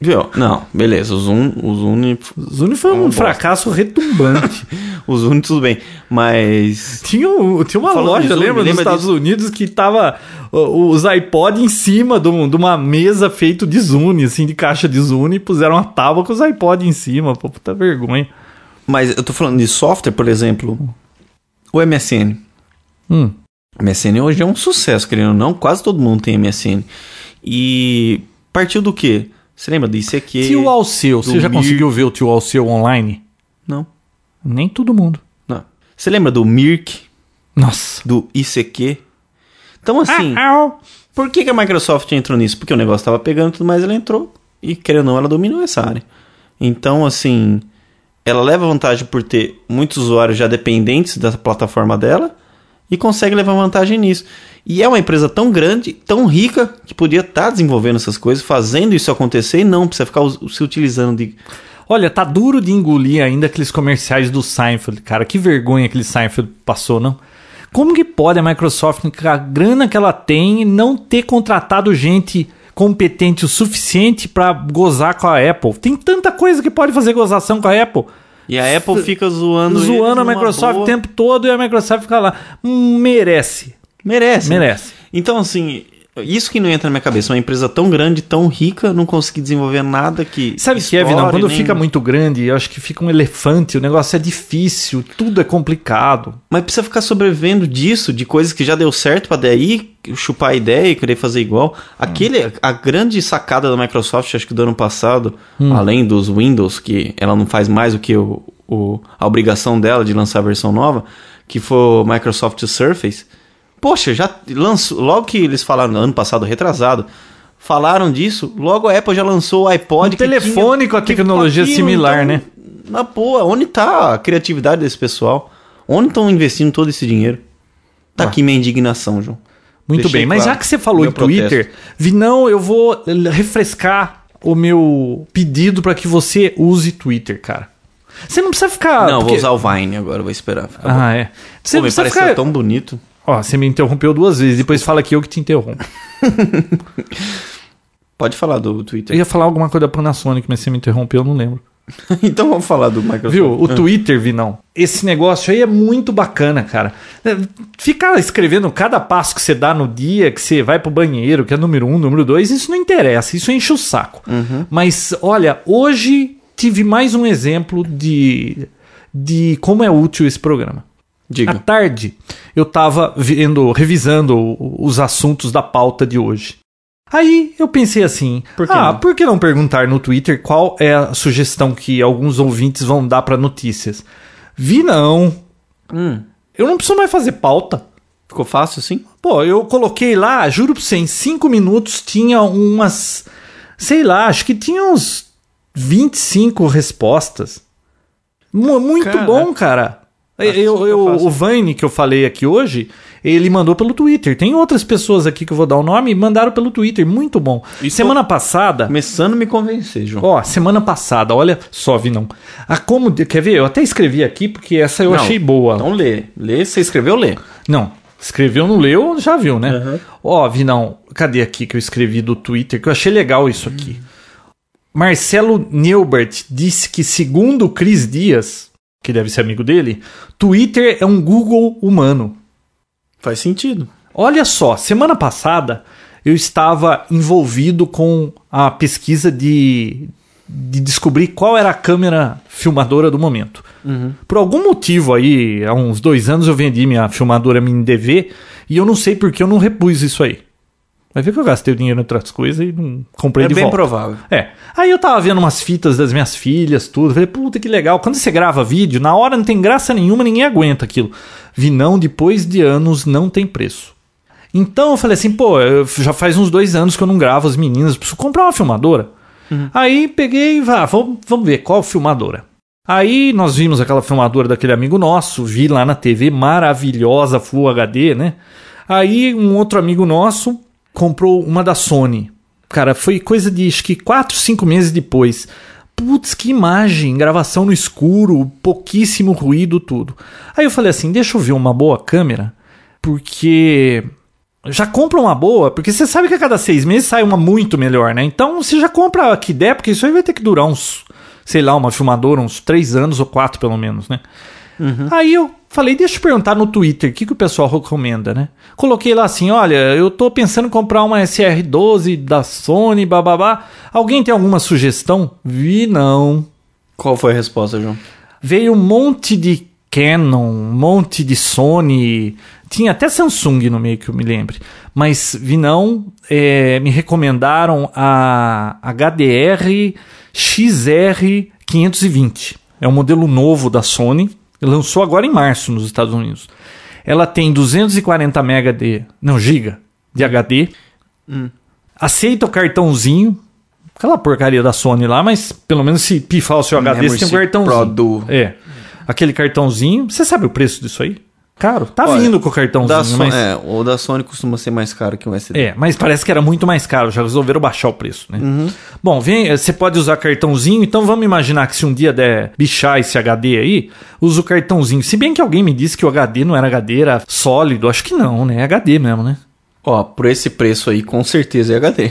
C: Viu? Não, beleza. O Zoom, o Zoom,
D: O Zoom foi um
C: bosta.
D: fracasso retumbante.
C: o Zoom tudo bem, mas
D: Tinha, um- tinha uma
C: Falando
D: loja,
C: de Zoom,
D: lembra, nos
C: lembra
D: Estados
C: disso?
D: Unidos que tava ó, os iPod em cima de, um- de uma mesa feito de Zune, assim, de caixa de Zune, e puseram uma tábua com os iPod em cima. Pô, puta vergonha.
C: mas eu tô falando de software, por exemplo, o MSN.
D: Hum.
C: O MSN hoje é um sucesso, querendo ou não, quase todo mundo tem MSN. E partiu do quê? Você lembra do ICQ?
D: Tio Alceu,
C: do
D: você já
C: Mir-
D: conseguiu ver o Tio Alceu online?
C: Não.
D: Nem todo mundo.
C: Você lembra do Mirk,
D: Nossa.
C: do ICQ? Então,
D: Ah,
C: assim,
D: Au, au.
C: por que, que a Microsoft entrou nisso? Porque o negócio estava pegando e tudo mais, ela entrou e, querendo ou não, ela dominou essa área. Então, assim, ela leva vantagem por ter muitos usuários já dependentes da plataforma dela e consegue levar vantagem nisso. E é uma empresa tão grande, tão rica, que podia estar desenvolvendo essas coisas, fazendo isso acontecer e não precisa ficar us- se utilizando de
D: Olha, tá duro de engolir ainda aqueles comerciais do Seinfeld, cara. Que vergonha aquele Seinfeld passou, não? Como que pode a Microsoft, com a grana que ela tem, não ter contratado gente competente o suficiente pra gozar com a Apple? Tem tanta coisa que pode fazer gozação com a Apple.
C: E a Apple fica zoando
D: Zoando a
C: eles numa
D: Microsoft
C: boa.
D: o tempo todo e a Microsoft fica lá. "Hum, Merece.
C: Merece. né?
D: Merece.
C: Então, assim, isso que não entra na minha cabeça. Uma empresa tão grande, tão rica, não consegui desenvolver nada que.
D: Sabe o que é,
C: estoure,
D: Vinão? Quando
C: nem-
D: fica muito grande, eu acho que fica um elefante, o negócio é difícil, tudo é complicado.
C: Mas precisa ficar sobrevivendo disso, de coisas que já deu certo pra daí chupar a ideia e querer fazer igual. Aquele, a grande sacada da Microsoft, acho que do ano passado,
D: Hum.
C: além dos Windows, que ela não faz mais o que o, o- a obrigação dela de lançar a versão nova, que foi o Microsoft Surface. Poxa, já lançou, logo que eles falaram, ano passado, retrasado, falaram disso, logo a Apple já lançou o iPod.
D: Um telefone com a tecnologia similar,
C: então,
D: né?
C: Na boa, onde tá a criatividade desse pessoal? Onde estão investindo todo esse dinheiro? Tá
D: Ah.
C: aqui minha indignação, João.
D: Muito
C: Deixei
D: bem, mas
C: claro
D: já que você falou
C: meu
D: em Twitter, Vinão, eu vou l- refrescar o meu pedido para que você use Twitter, cara. Você não precisa ficar.
C: Não,
D: Ah, porque-
C: vou usar o Vine agora, vou esperar. Fica bom.
D: Ah, é. Você
C: Pô, me
D: não precisa
C: pareceu
D: ficar.
C: tão bonito.
D: Ó, você me interrompeu duas vezes, depois fala que eu que te interrompo.
C: Pode falar do
D: Eu
C: Twitter.
D: ia falar alguma coisa da Panasonic, mas você me interrompeu, eu não lembro.
C: então vamos falar do Microsoft.
D: Viu? O
C: Ah.
D: Twitter, Vinão. Esse negócio aí é muito bacana, cara. É, Ficar escrevendo cada passo que você dá no dia, que você vai pro banheiro, que é número um, número dois, isso não interessa, isso enche o saco. Mas, olha, hoje tive mais um exemplo de, de como é útil esse programa. À
C: Diga.
D: tarde, eu tava vendo, revisando o- os assuntos da pauta de hoje. Aí eu pensei assim:
C: Por que
D: ah,
C: não?"
D: por que não perguntar no Twitter qual é a sugestão que alguns ouvintes vão dar pra notícias? Vi não.
C: Hum,
D: Eu não preciso mais fazer pauta.
C: ficou fácil assim?
D: Pô, eu coloquei lá, juro pra você, em 5 minutos tinha umas. Sei lá, acho que tinha uns 25 respostas. Mu- Muito
C: Caraca.
D: bom, cara. Eu,
C: Acho
D: eu-
C: que eu faço.
D: o Vane, que eu falei aqui hoje, ele mandou pelo Twitter. Tem outras pessoas aqui que eu vou dar o nome, mandaram pelo Twitter. Muito bom.
C: Isso-
D: Semana passada.
C: Começando a me convencer, João.
D: Ó, semana passada, olha só, Vinão. A como, quer ver? Eu até escrevi aqui porque essa eu
C: Não,
D: achei boa.
C: Então lê. Lê, você escreveu, lê.
D: Não, escreveu, não leu, já viu, né? Ó, Vinão, cadê aqui que eu escrevi do Twitter? Que eu achei legal isso aqui. Marcelo Neubert disse que, segundo o Cris Dias, que deve ser amigo dele, Twitter é um Google humano.
C: Faz sentido.
D: Olha só, semana passada eu estava envolvido com a pesquisa de, de descobrir qual era a câmera filmadora do momento.
C: Uhum.
D: Por algum motivo aí, há uns dois anos eu vendi minha filmadora Mini DV e eu não sei porque eu não repus isso aí. Vai ver que eu gastei o dinheiro em outras coisas e não comprei
C: é
D: de
C: bem
D: volta.
C: provável.
D: É. Aí eu tava vendo umas fitas das minhas filhas, tudo. Falei, puta que legal. Quando você grava vídeo, na hora não tem graça nenhuma, ninguém aguenta aquilo. Vi não, depois de anos não tem preço. Então eu falei assim, pô, eu- já faz uns dois anos que eu não gravo as meninas, preciso comprar uma filmadora. Aí peguei e falei, ah, vamos, vamos ver qual filmadora. Aí nós vimos aquela filmadora daquele amigo nosso, vi lá na TV, maravilhosa, Full HD, né? Aí um outro amigo nosso comprou uma da Sony. Cara, foi coisa de acho que 4, 5 meses depois. Putz, que imagem, gravação no escuro, pouquíssimo ruído, tudo. Aí eu falei assim, deixa eu ver uma boa câmera, porque já compra uma boa, porque você sabe que a cada seis meses sai uma muito melhor, né? Então você já compra a que der, porque isso aí vai ter que durar uns, sei lá, uma filmadora, uns três anos ou quatro pelo menos, né? Aí eu falei, deixa eu perguntar no Twitter, o que, que o pessoal recomenda, né? Coloquei lá assim, olha, eu tô pensando em comprar uma SR12 da Sony, bababá. Alguém tem alguma sugestão? Vi não.
C: Qual foi a resposta, João?
D: Veio um monte de Canon, um monte de Sony, tinha até Samsung no meio que eu me lembre. Mas vi não, é, me recomendaram a HDR XR520. É um modelo novo da Sony, Lançou agora em março nos Estados Unidos. Ela tem 240 mega de, não, giga de HD.
C: Hum.
D: Aceita o cartãozinho. Aquela porcaria da Sony lá, mas pelo menos se pifar o seu HD, você tem um
C: Memory
D: cartãozinho.
C: Pro do-
D: É. Aquele cartãozinho. Você sabe o preço disso aí? Caro. Tá
C: Olha,
D: vindo com o
C: Da So-
D: cartãozinho, mas.
C: é, o da Sony costuma ser mais caro que o SD.
D: É, mas parece que era muito mais caro, já resolveram baixar o preço, né?
C: Uhum.
D: Bom, vem, eh, você pode usar cartãozinho, então vamos imaginar que se um dia der bichar esse HD aí, usa o cartãozinho. Se bem que alguém me disse que o HD não era HD, era sólido, acho que não, né? É HD mesmo, né?
C: Ó, por esse preço aí, com certeza é HD.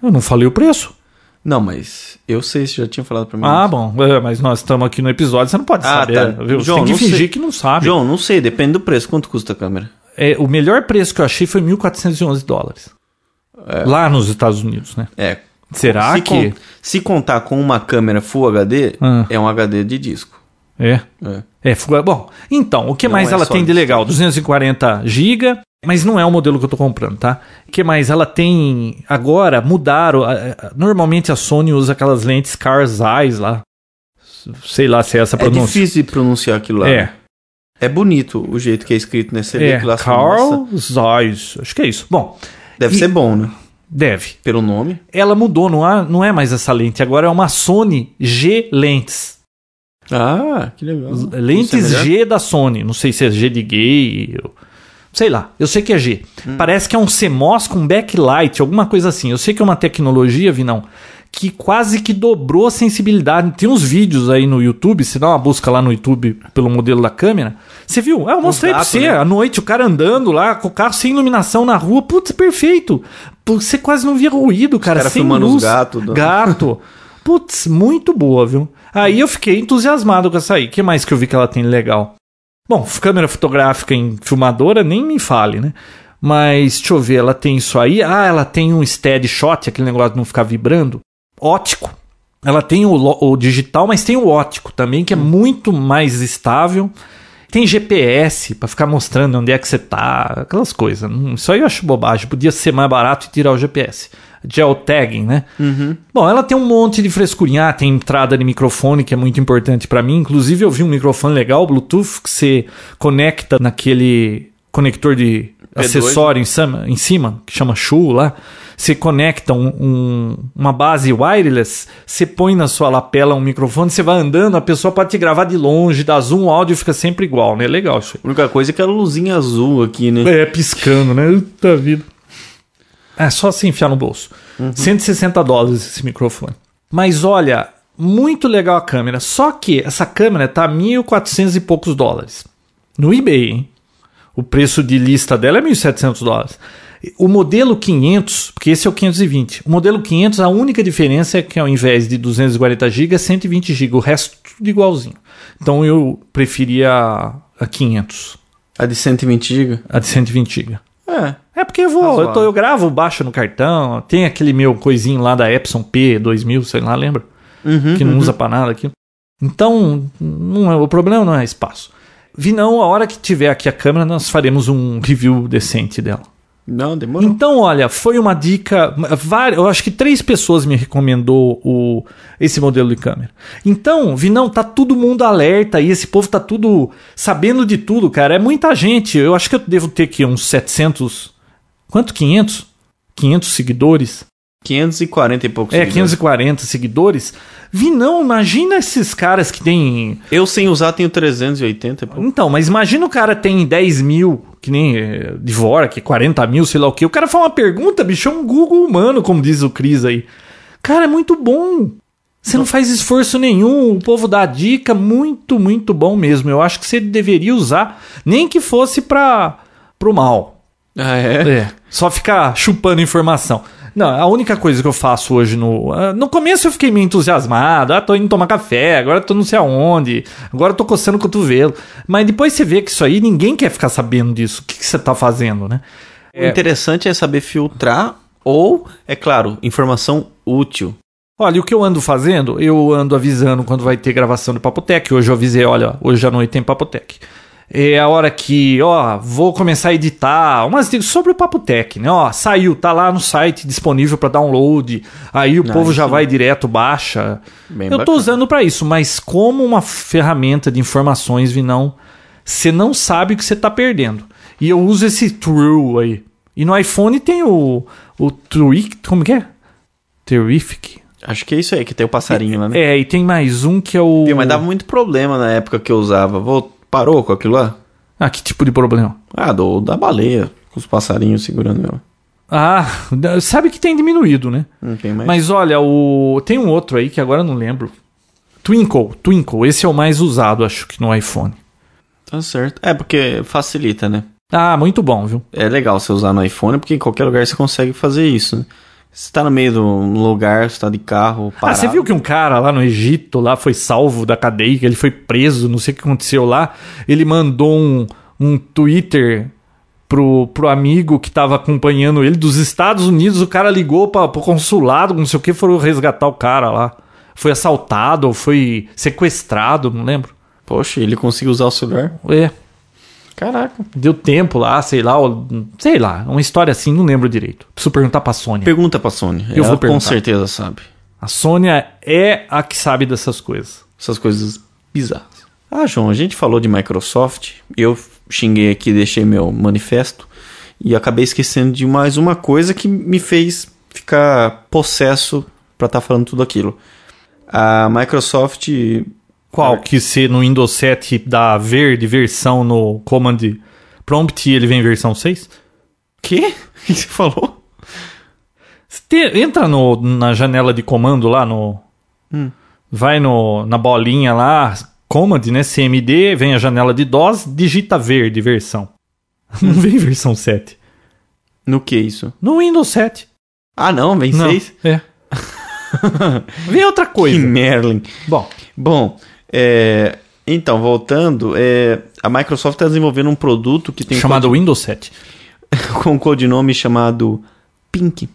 D: Eu não falei o preço.
C: Não, mas eu sei, você já tinha falado pra mim.
D: Ah,
C: isso.
D: bom, é, mas nós estamos aqui no episódio, você não pode
C: Ah,
D: saber,
C: tá.
D: viu? Você
C: João,
D: tem
C: não
D: que
C: sei.
D: fingir que não sabe.
C: João, não sei, depende do preço. Quanto custa a câmera?
D: É, o melhor preço que eu achei foi 1.411 dólares. Lá nos Estados Unidos, né?
C: É.
D: Será
C: se,
D: que...
C: con- se contar com uma câmera Full HD,
D: Ah.
C: é um HD de disco.
D: É.
C: É.
D: É, fuga- bom, então, o que
C: Não
D: mais
C: é
D: ela
C: só
D: tem de
C: isso.
D: legal? 240 GB, mas não é o modelo que eu tô comprando, tá? O que mais ela tem agora? Mudaram. a- a- Normalmente a Sony usa aquelas lentes Car's Eyes lá. S- Sei lá se é essa
C: É
D: a pronúncia.
C: difícil de pronunciar aquilo lá.
D: é,
C: É bonito o jeito que é escrito, né? Você vê
D: é
C: que lá você mostra.
D: Car's Eyes. Acho que é isso. Bom,
C: Deve
D: E-
C: ser bom, né?
D: deve.
C: Pelo nome.
D: Ela mudou, não, há, não é mais essa lente, agora é uma Sony G Lentes.
C: Ah, que legal.
D: Lentes
C: Isso é melhor?
D: G da Sony. Não sei se é G de gay. eu- Sei lá. Eu sei que é G.
C: Hum.
D: Parece que é um CMOS com backlight, alguma coisa assim. Eu sei que é uma tecnologia, Vinão, que quase que dobrou a sensibilidade. Tem uns vídeos aí no YouTube. Você dá uma busca lá no YouTube pelo modelo da câmera. Você viu? Ah, eu mostrei pra
C: dados,
D: você.
C: né?
D: À noite, o cara andando lá com o carro sem iluminação na rua. Putz, perfeito. Pô, Você quase não via ruído, cara.
C: cara
D: sem
C: filmando os
D: luz.
C: gatos, né?
D: Gato. Putz, muito boa, viu? Aí eu fiquei entusiasmado com essa aí. O que mais que eu vi que ela tem legal? Bom, f- câmera fotográfica em filmadora, nem me fale, né? Mas deixa eu ver, ela tem isso aí. Ah, ela tem um steady shot, aquele negócio de não ficar vibrando. Ótico. Ela tem o, lo- o digital, mas tem o ótico também, que é muito mais estável. Tem GPS pra ficar mostrando onde é que você tá, aquelas coisas. Hum, Isso aí eu acho bobagem. Podia ser mais barato e tirar o GPS. Geotagging, né? Bom, ela tem um monte de frescurinha, Ah, tem entrada de microfone que é muito importante pra mim. Inclusive, eu vi um microfone legal, Bluetooth, que você conecta naquele conector de
C: P2.
D: acessório em cima, em cima, que chama Shu lá. Você conecta um- um- uma base wireless, você põe na sua lapela um microfone, você vai andando, a pessoa pode te gravar de longe, dá zoom, o áudio fica sempre igual, né? Legal isso aí.
C: A única coisa é aquela luzinha azul aqui, né?
D: É, piscando, né? Puta vida. É só se enfiar no bolso. 160 dólares esse microfone. Mas olha, muito legal a câmera. Só que essa câmera tá 1.400 e poucos dólares. No eBay, hein? O preço de lista dela é 1.700 dólares. O modelo 500, porque esse é o 520. O modelo 500, a única diferença é que ao invés de 240 GB, é 120 GB. O resto tudo igualzinho. Então eu preferia a 500,
C: A de 120 GB?
D: a de 120 GB.
C: É.
D: É porque eu vou, eu,
C: Razoável.
D: tô- eu gravo baixo no cartão, tem aquele meu coisinho lá da Epson P2000, sei lá, lembra? que não usa pra nada aqui. Então, não é, o problema não é espaço. Vi não, a hora que tiver aqui a câmera, nós faremos um review decente dela.
C: Não, demorou.
D: Então, olha, foi uma dica. vari- Eu acho que três pessoas me recomendou o, esse modelo de câmera. Então, Vinão, tá todo mundo alerta e esse povo tá tudo sabendo de tudo, cara. É muita gente. Eu acho que eu devo ter aqui uns 700. Quanto? 500? 500 seguidores?
C: 540 e poucos
D: É,
C: seguidores.
D: 540 seguidores. Vinão, imagina esses caras que têm
C: Eu sem usar tenho 380 e poucos.
D: então, mas imagina o cara tem 10 mil, que nem eh, de Vork, 40 mil, sei lá o que. O cara faz uma pergunta, bicho, é um Google humano, como diz o Cris aí. Cara, é muito bom. Você não faz esforço nenhum, o povo dá dica, muito, muito bom mesmo. Eu acho que você deveria usar, nem que fosse para pro mal.
C: Ah, é?
D: É, só ficar chupando informação. Não, a única coisa que eu faço hoje no. ah, No começo eu fiquei meio entusiasmado. Ah, tô indo tomar café, agora tô não sei aonde, agora tô coçando o cotovelo. Mas depois você vê que isso aí ninguém quer ficar sabendo disso. O que, que você tá fazendo, né?
C: O interessante é saber filtrar ou, é claro, informação útil.
D: Olha, o que eu ando fazendo, eu ando avisando quando vai ter gravação do Papotec. Hoje eu avisei, olha, hoje à noite tem Papotec. é a hora que, ó, vou começar a editar, umas dicas sobre o Papo Tech, né? Ó, saiu, tá lá no site disponível para download, aí o
C: Ah,
D: povo já
C: sim.
D: vai direto, baixa.
C: Bem
D: Eu tô
C: bacana.
D: usando para isso, mas como uma ferramenta de informações, Vinão, você não sabe o que você tá perdendo. E eu uso esse True aí. E no iPhone tem o, o Truic, como que é? Terrific.
C: Acho que é isso aí, que tem o passarinho lá, né?
D: É, e tem mais um que é o...
C: Mas dava muito problema na época que eu usava. Vou- Parou com aquilo lá?
D: Ah, que tipo de problema?
C: Ah, do, da baleia, com os passarinhos segurando ela.
D: Ah, sabe que tem diminuído, né?
C: Não Hum, tem mais.
D: Mas olha, o tem um outro aí que agora eu não lembro. Twinkle, Twinkle, esse é o mais usado, acho que no iPhone.
C: Tá certo. É, porque facilita, né?
D: Ah, muito bom, viu?
C: É legal você usar no iPhone, porque em qualquer lugar você consegue fazer isso. né? Você tá no meio de um lugar, você tá de carro,
D: Ah,
C: parado.
D: você viu que um cara lá no Egito lá foi salvo da cadeia, que ele foi preso, não sei o que aconteceu lá. Ele mandou um, um Twitter pro, pro amigo que tava acompanhando ele dos Estados Unidos. O cara ligou pra, pro consulado, não sei o que, foram resgatar o cara lá. Foi assaltado ou foi sequestrado, não lembro.
C: Poxa, ele conseguiu usar o celular?
D: É,
C: Caraca.
D: Deu tempo lá, sei lá, ou- sei lá, uma história assim, não lembro direito. Preciso perguntar pra Sônia.
C: Pergunta pra Sony.
D: Eu
C: Ela
D: vou perguntar.
C: com certeza sabe.
D: A Sônia é a que sabe dessas coisas.
C: Essas coisas bizarras. Ah, João, a gente falou de Microsoft. Eu xinguei aqui, deixei meu manifesto. E acabei esquecendo de mais uma coisa que me fez ficar possesso pra estar falando tudo aquilo. A Microsoft.
D: Qual que se no Windows 7 dá verde versão no Command Prompt ele vem versão 6?
C: Quê? O que você falou?
D: Te- entra no, na janela de comando lá no.
C: Hum.
D: Vai no, na bolinha lá, Command, né? CMD, vem a janela de DOS, digita verde versão. Não vem versão 7.
C: No que isso?
D: No Windows 7.
C: Ah, não, vem
D: Não,
C: seis?
D: é. Vem outra
C: Que
D: coisa.
C: Merlin.
D: Bom,
C: Bom, é, então, voltando, é, a Microsoft está desenvolvendo um produto que tem um
D: chamado Windows 7.
C: codi- com um codinome chamado Pink.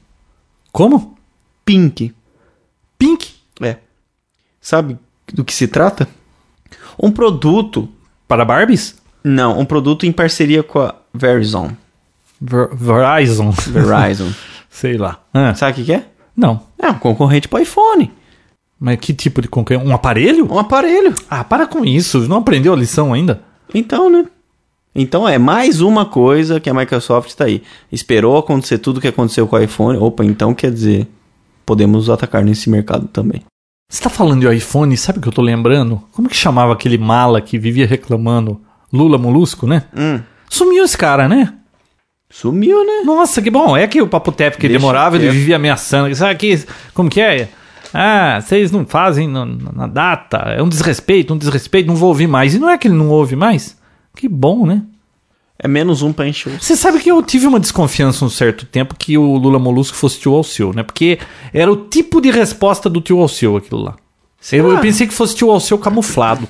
D: Como?
C: Pink.
D: Pink.
C: É. Sabe do que se trata? Um produto.
D: Para Barbies?
C: Não, um produto em parceria com a Verizon.
D: Ver- Verizon.
C: Verizon.
D: Sei lá. Ah,
C: Sabe o que, que é?
D: não.
C: É um concorrente para iPhone.
D: Mas que tipo de concorrente? Um aparelho?
C: Um aparelho.
D: Ah, para com isso. Não aprendeu a lição ainda?
C: Então, né? Então é mais uma coisa que a Microsoft tá aí. Esperou acontecer tudo que aconteceu com o iPhone. Opa, então quer dizer, podemos atacar nesse mercado também.
D: Você tá falando de iPhone, sabe o que eu tô lembrando? Como que chamava aquele mala que vivia reclamando? Lula Molusco, né?
C: Hum.
D: Sumiu esse cara, né?
C: Sumiu, né?
D: Nossa, que bom. É que o papo tep que
C: Deixa
D: demorava, ele
C: quieto.
D: vivia ameaçando. Sabe que, como que é? Ah, vocês não fazem na, na data. É um desrespeito, um desrespeito, não vou ouvir mais. E não é que ele não ouve mais? Que bom, né?
C: É menos um pra encher. o-
D: Você sabe que eu tive uma desconfiança um certo tempo que o Lula Molusco fosse tio Alceu, né? Porque era o tipo de resposta do tio Alceu aquilo lá. Eu, eu pensei que fosse tio Alceu camuflado.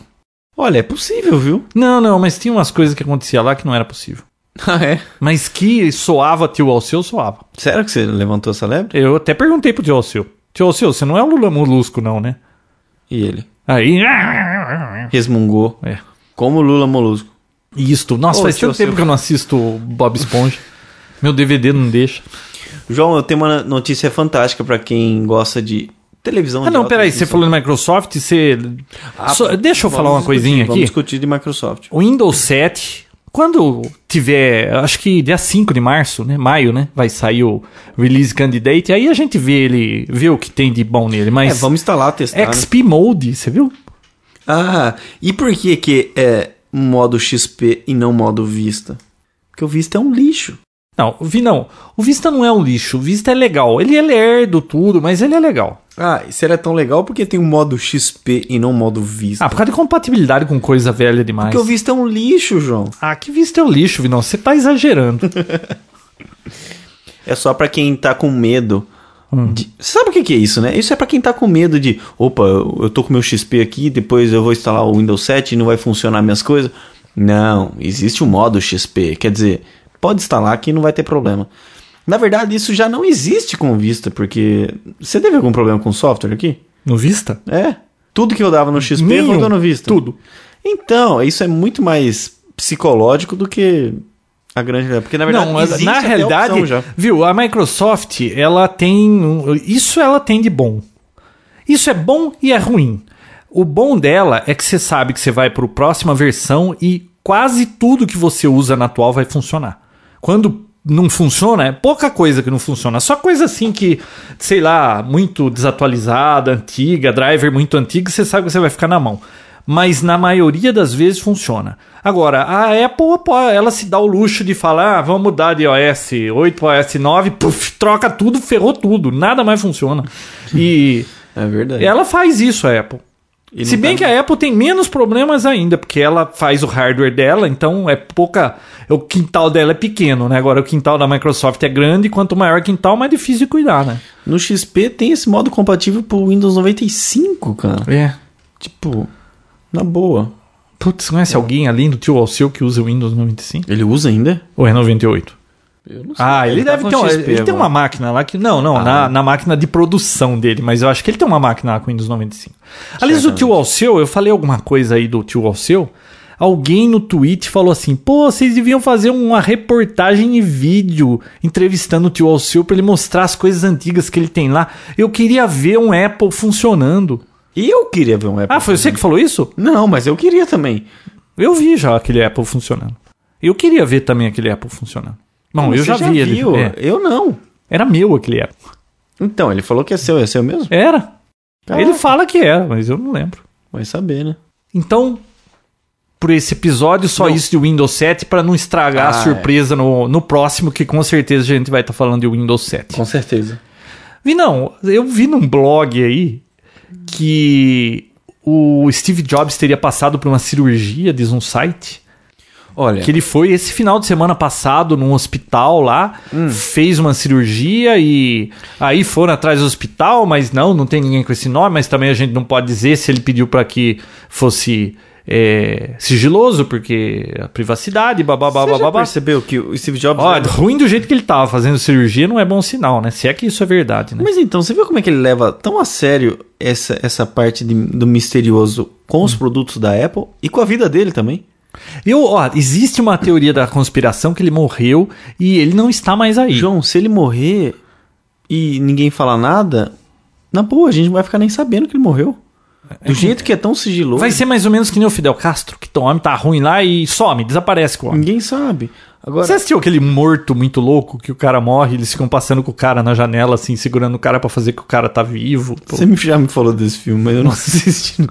C: Olha, é possível, viu?
D: Não, não, mas tinha umas coisas que acontecia lá que não era possível.
C: Ah, é?
D: Mas que soava tio Alceu, soava.
C: Sério que você levantou essa lebre?
D: Eu até perguntei pro Tio Alceu. Tio Alceu, você não é o Lula Molusco, não, né?
C: E ele
D: Aí.
C: resmungou.
D: É.
C: Como Lula Molusco.
D: Isto. Nossa,
C: Ô,
D: faz
C: Tio
D: tanto tempo
C: Alceu.
D: que eu não assisto Bob Esponja. Meu DVD não deixa.
C: João, eu tenho uma notícia fantástica pra quem gosta de televisão.
D: Ah,
C: de
D: não,
C: alta
D: peraí. Você
C: definição.
D: falou de Microsoft, você. Só- deixa eu
C: Ah, Vamos
D: falar uma
C: discutir,
D: coisinha
C: Vamos
D: aqui.
C: discutir de Microsoft.
D: O Windows 7, quando tiver, acho que dia 5 de março, né? Maio, né? Vai sair o Release Candidate. Aí a gente vê ele, vê o que tem de bom nele.
C: É,
D: Mas
C: vamos instalar, testar. né?
D: XP Mode, você viu?
C: Ah, e por que que é modo XP e não modo Vista? Porque o Vista é um lixo.
D: Não, o Vi não. O Vista não é um lixo. O Vista é legal. Ele é lerdo, tudo, mas ele é legal.
C: Ah, isso era tão legal porque tem o modo XP e não o modo Vista.
D: Ah, por causa de compatibilidade com coisa velha demais.
C: porque o Vista é um lixo, João.
D: Ah, que Vista é o lixo, Vinão. Você tá exagerando.
C: É só pra quem tá com medo.
D: Hum.
C: de- Sabe o que que é isso, né? Isso é pra quem tá com medo de, opa, eu eu tô com meu XP aqui, depois eu vou instalar o Windows 7 e não vai funcionar minhas coisas. Não, existe o modo XP, quer dizer, pode instalar que não vai ter problema. Na verdade, isso já não existe com o Vista, porque você teve algum problema com o software aqui?
D: No Vista?
C: É. Tudo que eu dava no XP,
D: Nenhum.
C: eu dava no Vista.
D: Tudo.
C: Então, isso é muito mais psicológico do que a grande. Porque na verdade
D: não, mas
C: existe
D: na
C: até a
D: realidade,
C: opção já.
D: viu, a Microsoft, ela tem, um- isso ela tem de bom. Isso é bom e é ruim. O bom dela é que você sabe que você vai para a próxima versão e quase tudo que você usa na atual vai funcionar. Quando não funciona, é pouca coisa que não funciona. Só coisa assim que, sei lá, muito desatualizada, antiga, driver muito antigo, você sabe que você vai ficar na mão. Mas na maioria das vezes funciona. Agora, a Apple, pô, ela se dá o luxo de falar, ah, vamos mudar de OS 8 para OS 9, puf, troca tudo, ferrou tudo, nada mais funciona. E
C: É verdade.
D: ela faz isso, a Apple.
C: E não
D: Se bem
C: tá-
D: que a Apple tem menos problemas ainda, porque ela faz o hardware dela, então é pouca. O quintal dela é pequeno, né? Agora o quintal da Microsoft é grande, e quanto maior o quintal, mais difícil de cuidar, né?
C: No XP tem esse modo compatível pro Windows 95, cara.
D: É.
C: Tipo, na boa.
D: Putz, conhece alguém ali do tio Alceu que usa o Windows 95?
C: Ele usa ainda?
D: Ou é 98?
C: Eu não tá
D: Ah, ele, deve ter. um- ele tem uma máquina lá que. Não,
C: Ah.
D: não, na, na máquina de produção dele, mas eu acho que ele tem uma máquina lá com Windows 95.
C: é
D: Aliás, o tio Alceu, eu falei alguma coisa aí do tio Alceu. Alguém no tweet falou assim: pô, vocês deviam fazer uma reportagem e vídeo entrevistando o tio Alceu pra ele mostrar as coisas antigas que ele tem lá. Eu queria ver um Apple funcionando.
C: E eu queria ver um Apple.
D: Ah, foi você que falou isso?
C: Não, mas eu queria também.
D: Eu vi já aquele Apple funcionando. Eu queria ver também aquele Apple funcionando. Bom,
C: Você
D: eu já, vi
C: viu?
D: ele. É,
C: Eu não.
D: era meu aquele Apple.
C: Então, ele falou que é seu, é seu mesmo?
D: Era.
C: Caraca.
D: Ele fala que era, mas eu não lembro.
C: Vai saber, né?
D: Então, por esse episódio, só
C: Não.
D: isso de Windows 7 para não estragar a
C: Ah,
D: surpresa no, no próximo, que com certeza a gente vai estar falando de Windows 7.
C: certeza.
D: Vi não, eu vi num blog aí que o Steve Jobs teria passado por uma cirurgia, diz um site.
C: Olha,
D: Que ele foi esse final de semana passado num hospital lá,
C: Hum.
D: fez uma cirurgia e aí foram atrás do hospital, mas não, não tem ninguém com esse nome, mas também a gente não pode dizer se ele pediu pra que fosse é, sigiloso, porque a privacidade, babá, babá,
C: você já
D: babá.
C: percebeu que o Steve Jobs...
D: Ó, ruim do jeito que ele tava fazendo cirurgia não é bom sinal, né? Se é que isso é verdade, né?
C: Mas então, você viu como é que ele leva tão a sério essa, essa parte de- do misterioso com
D: Hum.
C: os produtos da Apple e com a vida dele também?
D: Eu, ó, existe uma teoria da conspiração que ele morreu e ele não está mais aí.
C: João, se ele morrer e ninguém falar nada, na boa, a gente não vai ficar nem sabendo que ele morreu. Do jeito que é tão sigiloso,
D: Vai ser mais ou menos que nem o Fidel Castro, que o homem tá ruim lá e some, desaparece com o homem.
C: ninguém sabe. Agora,
D: Você assistiu aquele morto muito louco que o cara morre, eles ficam passando com o cara na janela, assim, segurando o cara pra fazer que o cara tá vivo? pô?
C: você me- já me falou desse filme, mas eu não assisti.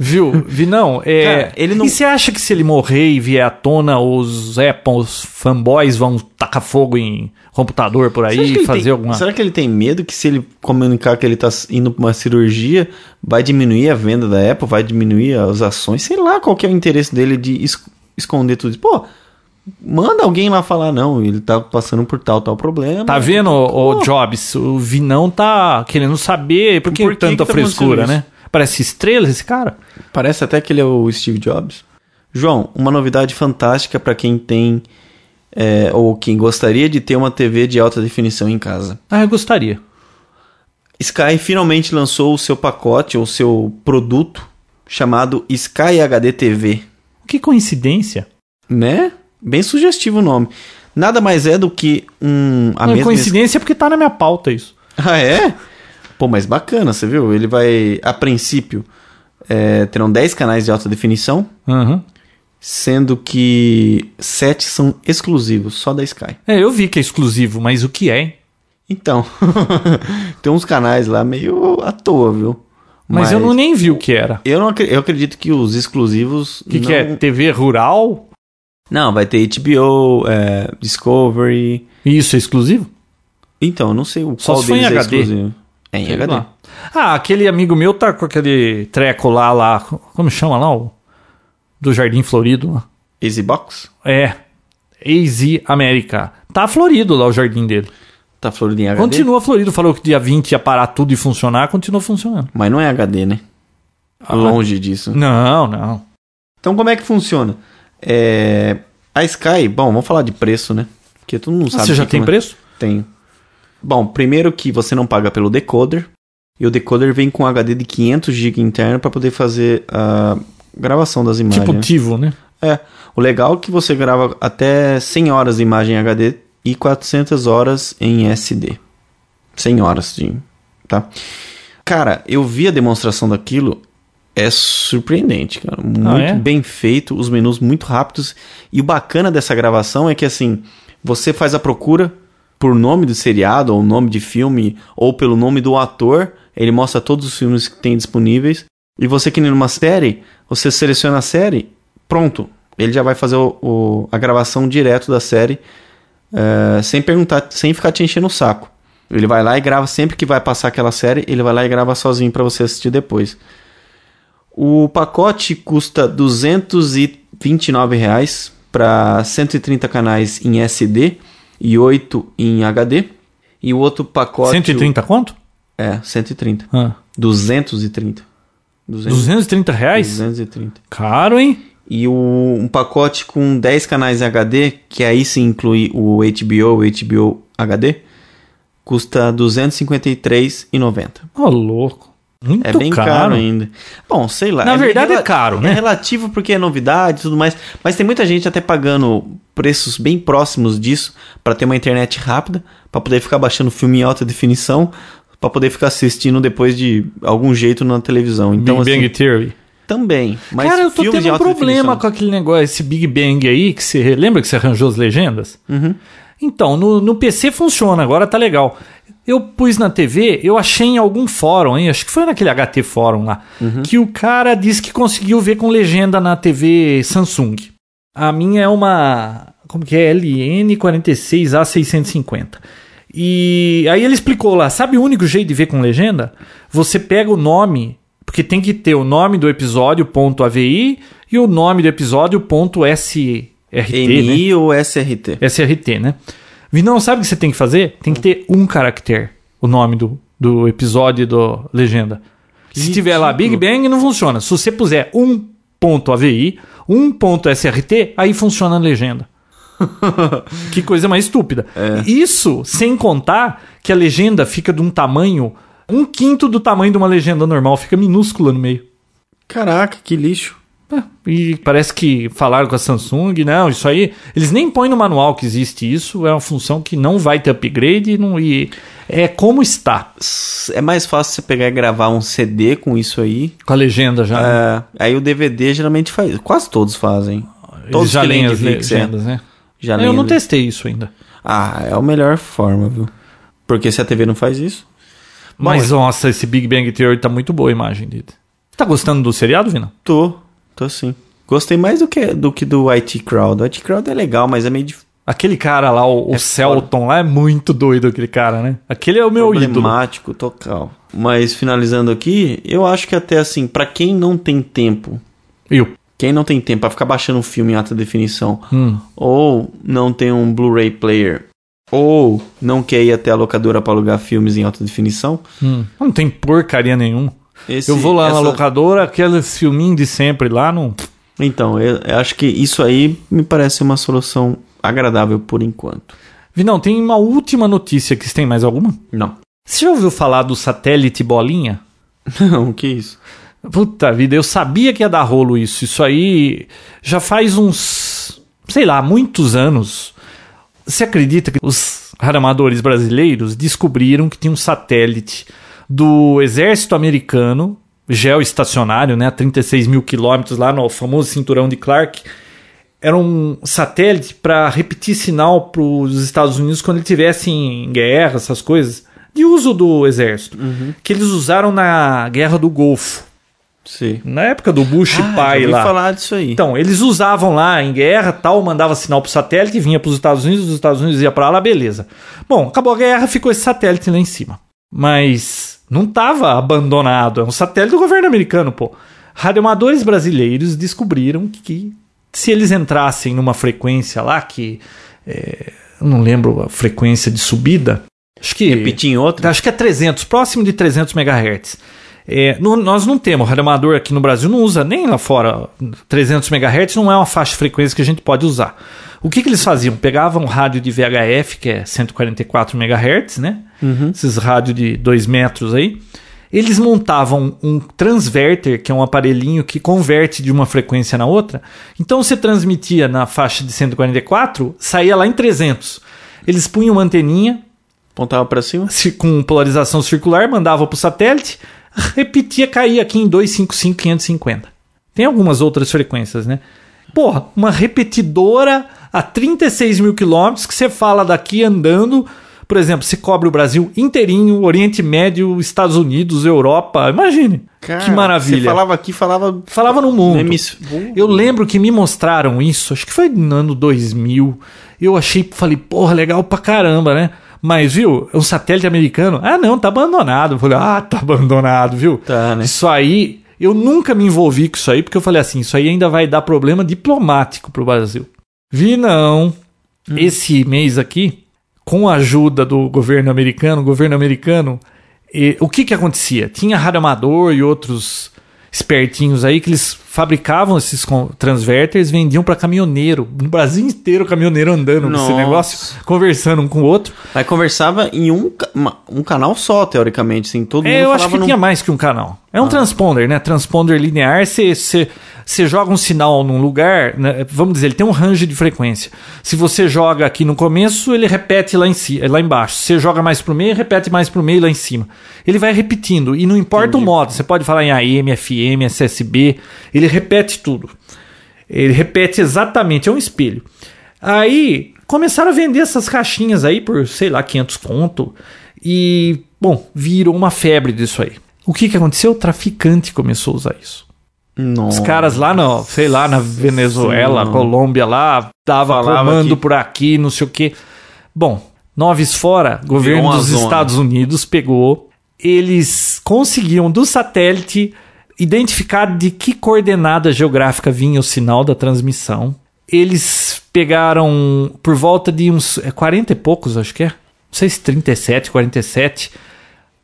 D: Viu? Vi não, é.
C: Cara, ele não-
D: E você acha que se ele morrer e vier à tona, os Apple, os fanboys vão tacar fogo em computador por
C: Será que
D: aí,
C: ele
D: fazer
C: tem-
D: alguma.
C: Será que ele tem medo que se ele comunicar que ele tá indo pra uma cirurgia, vai diminuir a venda da Apple, vai diminuir as ações? Sei lá qual que é o interesse dele de es- esconder tudo isso. Pô, manda alguém lá falar, não, ele tá passando por tal, tal problema.
D: Tá vendo, ô Jobs? O Vinão tá querendo saber por que,
C: Por que
D: tanta
C: que tá
D: frescura,
C: acontecendo
D: né? Parece estrela esse cara.
C: Parece até que ele é o Steve Jobs. João, uma novidade fantástica pra quem tem é, ou quem gostaria de ter uma TV de alta definição em casa.
D: Ah, eu gostaria.
C: Sky finalmente lançou o seu pacote ou seu produto chamado Sky HD TV,
D: Que coincidência.
C: né? Bem sugestivo o nome. Nada mais é do que um a
D: Não,
C: mesma
D: coincidência é porque tá na minha pauta isso.
C: Ah, é? Pô, mas bacana, você viu? Ele vai a princípio é, terão 10 canais de alta definição,
D: Aham.
C: sendo que 7 são exclusivos só da Sky.
D: É, eu vi que é exclusivo, mas o que é? hein?
C: Então, tem uns canais lá meio à toa, viu?
D: Mas, eu não nem vi o que era.
C: eu não acre- eu acredito que os exclusivos
D: O que,
C: não
D: que é? TV rural?
C: Não, vai ter HBO, é, Discovery.
D: E isso é exclusivo?
C: Então, eu não sei o
D: Só
C: qual
D: se for em
C: deles é
D: HD.
C: exclusivo. É em
D: Sei
C: HD.
D: lá. Ah, aquele amigo meu tá com aquele treco lá, lá. Como chama lá? O, do Jardim Florido lá.
C: Easybox?
D: É. AZ América. Tá florido lá o jardim dele.
C: Tá florido em HD?
D: Continua florido. Falou que dia 20 ia parar tudo e funcionar. Continua funcionando.
C: Mas não é HD, né?
D: Ah,
C: Longe disso.
D: Não, não.
C: Então, como é que funciona? É, A Sky... Bom, vamos falar de preço, né? Porque tu não
D: Ah,
C: sabe...
D: você já
C: que é,
D: tem
C: que-
D: preço?
C: Tenho. Bom, primeiro que você não paga pelo decoder. E o decoder vem com HD de 500 GB interno pra poder fazer a gravação das imagens.
D: Tipo
C: né?
D: Tivo, né?
C: É. O legal é que você grava até 100 horas de imagem HD e 400 horas em SD. 100 horas de, tá? Cara, eu vi a demonstração daquilo, é surpreendente, cara. Muito
D: é?
C: bem feito, os menus muito rápidos e o bacana dessa gravação é que assim, você faz a procura por nome do seriado ou nome de filme ou pelo nome do ator, ele mostra todos os filmes que tem disponíveis e você que nem numa série, você seleciona a série, pronto, ele já vai fazer o- o- a gravação direto da série é, sem perguntar, sem ficar te enchendo o saco. Ele vai lá e grava sempre que vai passar aquela série, ele vai lá e grava sozinho pra você assistir depois. O pacote custa R$ 229 reais para 130 canais em SD e 8 em HD. E o outro pacote
D: 130 conto?
C: é 130,
D: Ah,
C: 230. 200,
D: 230 reais?
C: 230.
D: Caro, hein?
C: E o- um pacote com 10 canais em HD, que aí sim inclui o HBO, HBO HD, custa R$ 253,90.
D: Ô, louco. Muito
C: É bem caro. ainda. Bom, sei lá.
D: Na
C: é meio
D: verdade,
C: rela-
D: é caro,
C: É
D: né?
C: relativo porque é novidade e tudo mais. Mas tem muita gente até pagando preços bem próximos disso pra ter uma internet rápida, pra poder ficar baixando filme em alta definição, pra poder ficar assistindo depois de algum jeito na televisão. Então,
D: Big
C: assim,
D: Bang Theory.
C: também. Mas
D: Cara, eu tô
C: filmes em
D: tendo um
C: alta
D: problema
C: definição.
D: com aquele negócio, esse Big Bang aí, que você lembra que você arranjou as legendas?
C: Uhum.
D: Então, no, no PC funciona, agora tá legal. Eu pus na TV, eu achei em algum fórum, hein? Acho que foi naquele HT fórum lá,
C: Uhum.
D: que o cara disse que conseguiu ver com legenda na TV Samsung. A minha é uma. Como que é? LN46A650. E aí ele explicou lá: sabe o único jeito de ver com legenda? Você pega o nome, porque tem que ter o nome do episódio, ponto AVI, e o nome do episódio, ponto SRT. né?
C: NI ou SRT?
D: SRT, né? Vinão, sabe o que você tem que fazer? Tem que ter um caractere, o nome do, do episódio e do legenda. Se tiver lá Big Bang, não funciona. Se você puser um ponto AVI, um ponto SRT, aí funciona a legenda. que coisa mais estúpida. Isso sem contar que a legenda fica de um tamanho, um quinto do tamanho de uma legenda normal, fica minúscula no meio.
C: Caraca, que lixo.
D: É, E parece que falaram com a Samsung, não, isso aí. Eles nem põem no manual que existe isso, é uma função que não vai ter upgrade e não, e é como está.
C: S- É mais fácil você pegar e gravar um CD com isso aí.
D: Com a legenda já. né?
C: É, aí o DVD geralmente faz. Quase todos fazem.
D: Eles
C: Todos
D: já
C: que
D: leem
C: leem
D: as
C: Netflix, é.
D: legendas, né?
C: Já
D: Eu
C: leem
D: não
C: as-
D: testei isso ainda.
C: Ah, é a melhor forma, viu? Porque se a TV não faz isso.
D: Mas, nossa, esse Big Bang Theory tá muito boa a imagem dele. Tá gostando do seriado, Vina?
C: Tô, tô sim. Gostei mais do que do, que do IT Crowd. O IT Crowd é legal, mas é meio dif-
D: Aquele cara lá, o, o Celton lá, é muito doido aquele cara, né? Aquele é o meu ídolo.
C: problemático total. Mas finalizando aqui, eu acho que até assim, pra quem não tem tempo,
D: E o
C: quem não tem tempo pra ficar baixando um filme em alta definição,
D: hum,
C: ou não tem um Blu-ray player, ou não quer ir até a locadora pra alugar filmes em alta definição,
D: Hum. Não tem porcaria nenhuma.
C: esse-
D: Eu vou lá na
C: essa-
D: locadora, aqueles filminhos de sempre lá, não.
C: Então, eu, eu acho que isso aí me parece uma solução agradável por enquanto.
D: Vinão, tem uma última notícia que você tem mais alguma?
C: Não.
D: Você já ouviu falar do satélite bolinha?
C: Não, que isso?
D: Puta vida, eu sabia que ia dar rolo isso. Isso aí já faz uns, sei lá, muitos anos. Você acredita que os aramadores brasileiros descobriram que tinha um satélite do exército americano, geoestacionário, né, a 36 mil quilômetros, lá no famoso cinturão de Clark, era um satélite para repetir sinal para os Estados Unidos quando ele tivesse em guerra, essas coisas, de uso do exército, que eles usaram na guerra do Golfo,
C: Sim.
D: na época do Bush pai
C: Ah, já ouvi
D: lá.
C: falar disso aí.
D: Então, eles usavam lá em guerra, tal, mandava sinal pro satélite, vinha pros Estados Unidos, os Estados Unidos ia para lá, beleza. Bom, acabou a guerra, ficou esse satélite lá em cima. Mas não tava abandonado, é um satélite do governo americano, pô. Radioamadores brasileiros descobriram que, que se eles entrassem numa frequência lá que é, eu não lembro a frequência de subida, acho que
C: Repetir em outra?
D: Acho que é 300, próximo de 300 MHz. É, no- nós não temos, o radioamador aqui no Brasil não usa, nem lá fora. 300 MHz não é uma faixa de frequência que a gente pode usar. O que, que eles faziam? Pegavam um rádio de VHF, que é 144 MHz, né? Esses rádios de 2 metros aí. Eles montavam um transverter, que é um aparelhinho que converte de uma frequência na outra. Então você transmitia na faixa de 144, saía lá em 300. Eles punham uma anteninha
C: Pontava pra cima?
D: ci- com polarização circular, mandava pro satélite, repetia, caía aqui em 255, 550. Tem algumas outras frequências, né? Porra, uma repetidora a 36 mil quilômetros que você fala daqui andando. Por exemplo, se cobre o Brasil inteirinho, Oriente Médio, Estados Unidos, Europa. Imagine. que maravilha.
C: Você falava aqui, falava.
D: Falava no mundo.
C: Hemis-
D: Eu lembro que me mostraram isso, acho que foi no ano 2000. Eu achei, falei, porra, legal pra caramba, né? Mas, viu, é um satélite americano. Ah, não, tá abandonado. Eu falei, ah, tá abandonado, viu?
C: Tá, né?
D: Isso aí, eu nunca me envolvi com isso aí, porque eu falei assim, isso aí ainda vai dar problema diplomático pro Brasil. Vi não. Esse mês aqui, com a ajuda do governo americano, o governo americano, eh, o que que acontecia? Tinha rádio amador e outros espertinhos aí que eles fabricavam esses con- transverters, vendiam pra caminhoneiro, no Brasil inteiro caminhoneiro andando nesse
C: Nossa.
D: negócio, conversando um com o outro.
C: Aí conversava em um, ca- uma- um canal só, teoricamente, assim. Todo mundo
D: É, eu
C: falava
D: acho que
C: num- Ah.
D: tinha mais que um canal. É um transponder, né? Transponder linear, você joga um sinal num lugar, né? vamos dizer, ele tem um range de frequência. Se você joga aqui no começo, ele repete lá, em ci- lá embaixo. Se você joga mais pro meio, repete mais pro meio lá em cima. Ele vai repetindo, e não importa o modo, você pode falar em AM, FM, SSB, ele repete tudo. Ele repete exatamente, é um espelho. Aí começaram a vender essas caixinhas aí por, sei lá, 500 conto. E, bom, virou uma febre disso aí. O que, que aconteceu? O traficante começou a usar isso. Os
C: Nossa.
D: caras lá, no, sei lá, na Venezuela,
C: Senhora.
D: Colômbia lá, dava
C: Falava
D: comando
C: que-
D: por aqui, não sei o quê. Bom, noves fora, governo
C: uma
D: dos
C: zona.
D: Estados Unidos pegou. Eles conseguiam do satélite identificar de que coordenada geográfica vinha o sinal da transmissão. Eles pegaram por volta de uns é, 40 e poucos, acho que é. Não sei se 37, 47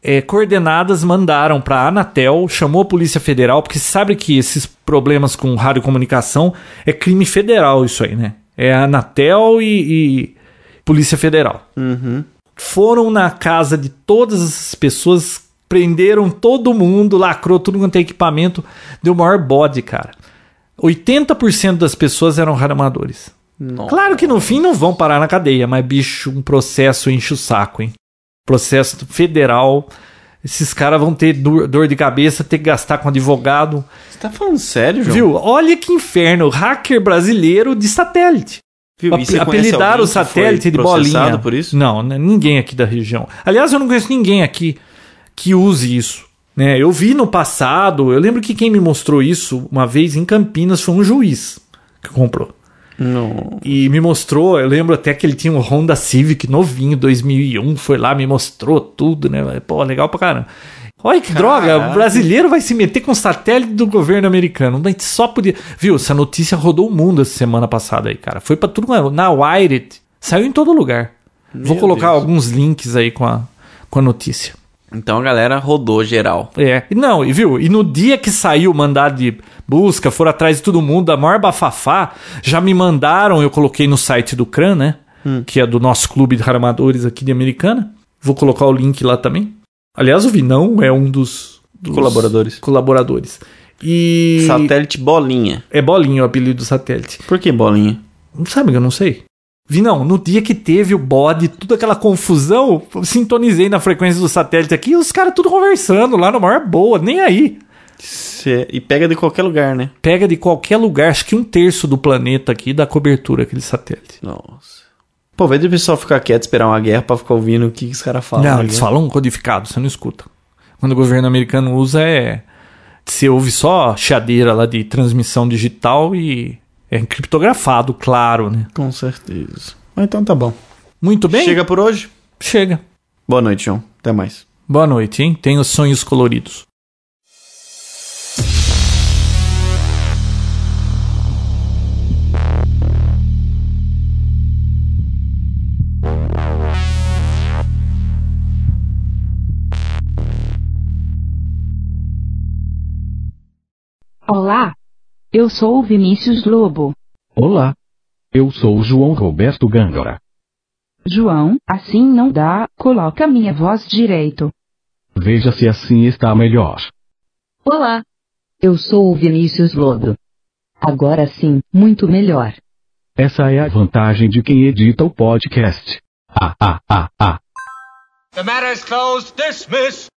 D: é, coordenadas mandaram para a Anatel, chamou a Polícia Federal, porque sabe que esses problemas com radiocomunicação é crime federal isso aí, né? É a Anatel e, e Polícia Federal. Foram na casa de todas as pessoas, prenderam todo mundo, lacrou tudo quanto é equipamento, deu maior bode, cara. 80% das pessoas eram radioamadores.
C: Nossa.
D: Claro que no fim não vão parar na cadeia, mas bicho, um processo enche o saco, hein? Processo federal. Esses caras vão ter dor, dor de cabeça, ter que gastar com advogado.
C: Você tá falando sério, João?
D: Viu? Olha que inferno, hacker brasileiro de satélite.
C: Viu? E você
D: Ap-
C: conhece
D: apelidar
C: alguém
D: o
C: que foi
D: satélite de
C: processado
D: bolinha.
C: por isso?
D: Não, né, ninguém aqui da região. Aliás, eu não conheço ninguém aqui que use isso. Né? Eu vi no passado, eu lembro que quem me mostrou isso uma vez em Campinas foi um juiz que comprou.
C: Não.
D: E me mostrou, eu lembro até que ele tinha um Honda Civic novinho, 2001, foi lá, me mostrou tudo, né? Pô, legal pra caramba. Olha que droga, o brasileiro vai se meter com satélite do governo americano. Mas só podia. Viu, essa notícia rodou o mundo essa semana passada aí, cara. Foi pra tudo. quanto- Na Wired, saiu em todo lugar. Vou colocar
C: Deus.
D: alguns links aí com a, com a notícia.
C: Então a galera rodou geral.
D: É, e não, e viu? E no dia que saiu o mandado de busca, foram atrás de todo mundo, a maior bafafá, já me mandaram, eu coloquei no site do CRAN, né?
C: Hum.
D: Que é do nosso clube de ramadores aqui de Americana. Vou colocar o link lá também. Aliás, o Vinão é um dos, dos
C: Colaboradores.
D: colaboradores. E
C: Satélite bolinha.
D: é bolinho o apelido do satélite.
C: Por que bolinha?
D: Não sabe que eu não sei? Vinão, no dia que teve o bode, toda aquela confusão, eu sintonizei na frequência do satélite aqui e os caras tudo conversando lá na maior boa, nem aí.
C: Cê- E pega de qualquer lugar, né?
D: pega de qualquer lugar, acho que um terço do planeta aqui da cobertura aquele satélite.
C: Nossa. Pô, vê do pessoal ficar quieto, esperar uma guerra pra ficar ouvindo o que, que os caras falam.
D: não,
C: né?
D: eles falam um codificado, você não escuta. Quando o governo americano usa é você ouve só chiadeira lá de transmissão digital e é criptografado, claro, né?
C: Com certeza. Mas então tá bom.
D: Muito bem.
C: Chega por hoje.
D: Chega.
C: Boa noite, João. Até mais.
D: Boa noite, hein? Tenho sonhos coloridos.
E: Olá! Eu sou o Vinícius Lobo.
A: Olá. Eu sou o João Roberto Gângora.
E: João, assim não dá, coloca minha voz direito.
A: Veja se assim está melhor.
B: Olá! Eu sou o Vinícius Lobo. Agora sim, muito melhor.
A: Essa é a vantagem de quem edita o podcast. Ah, ah, ah, ah.
F: The matter is closed. Dismiss.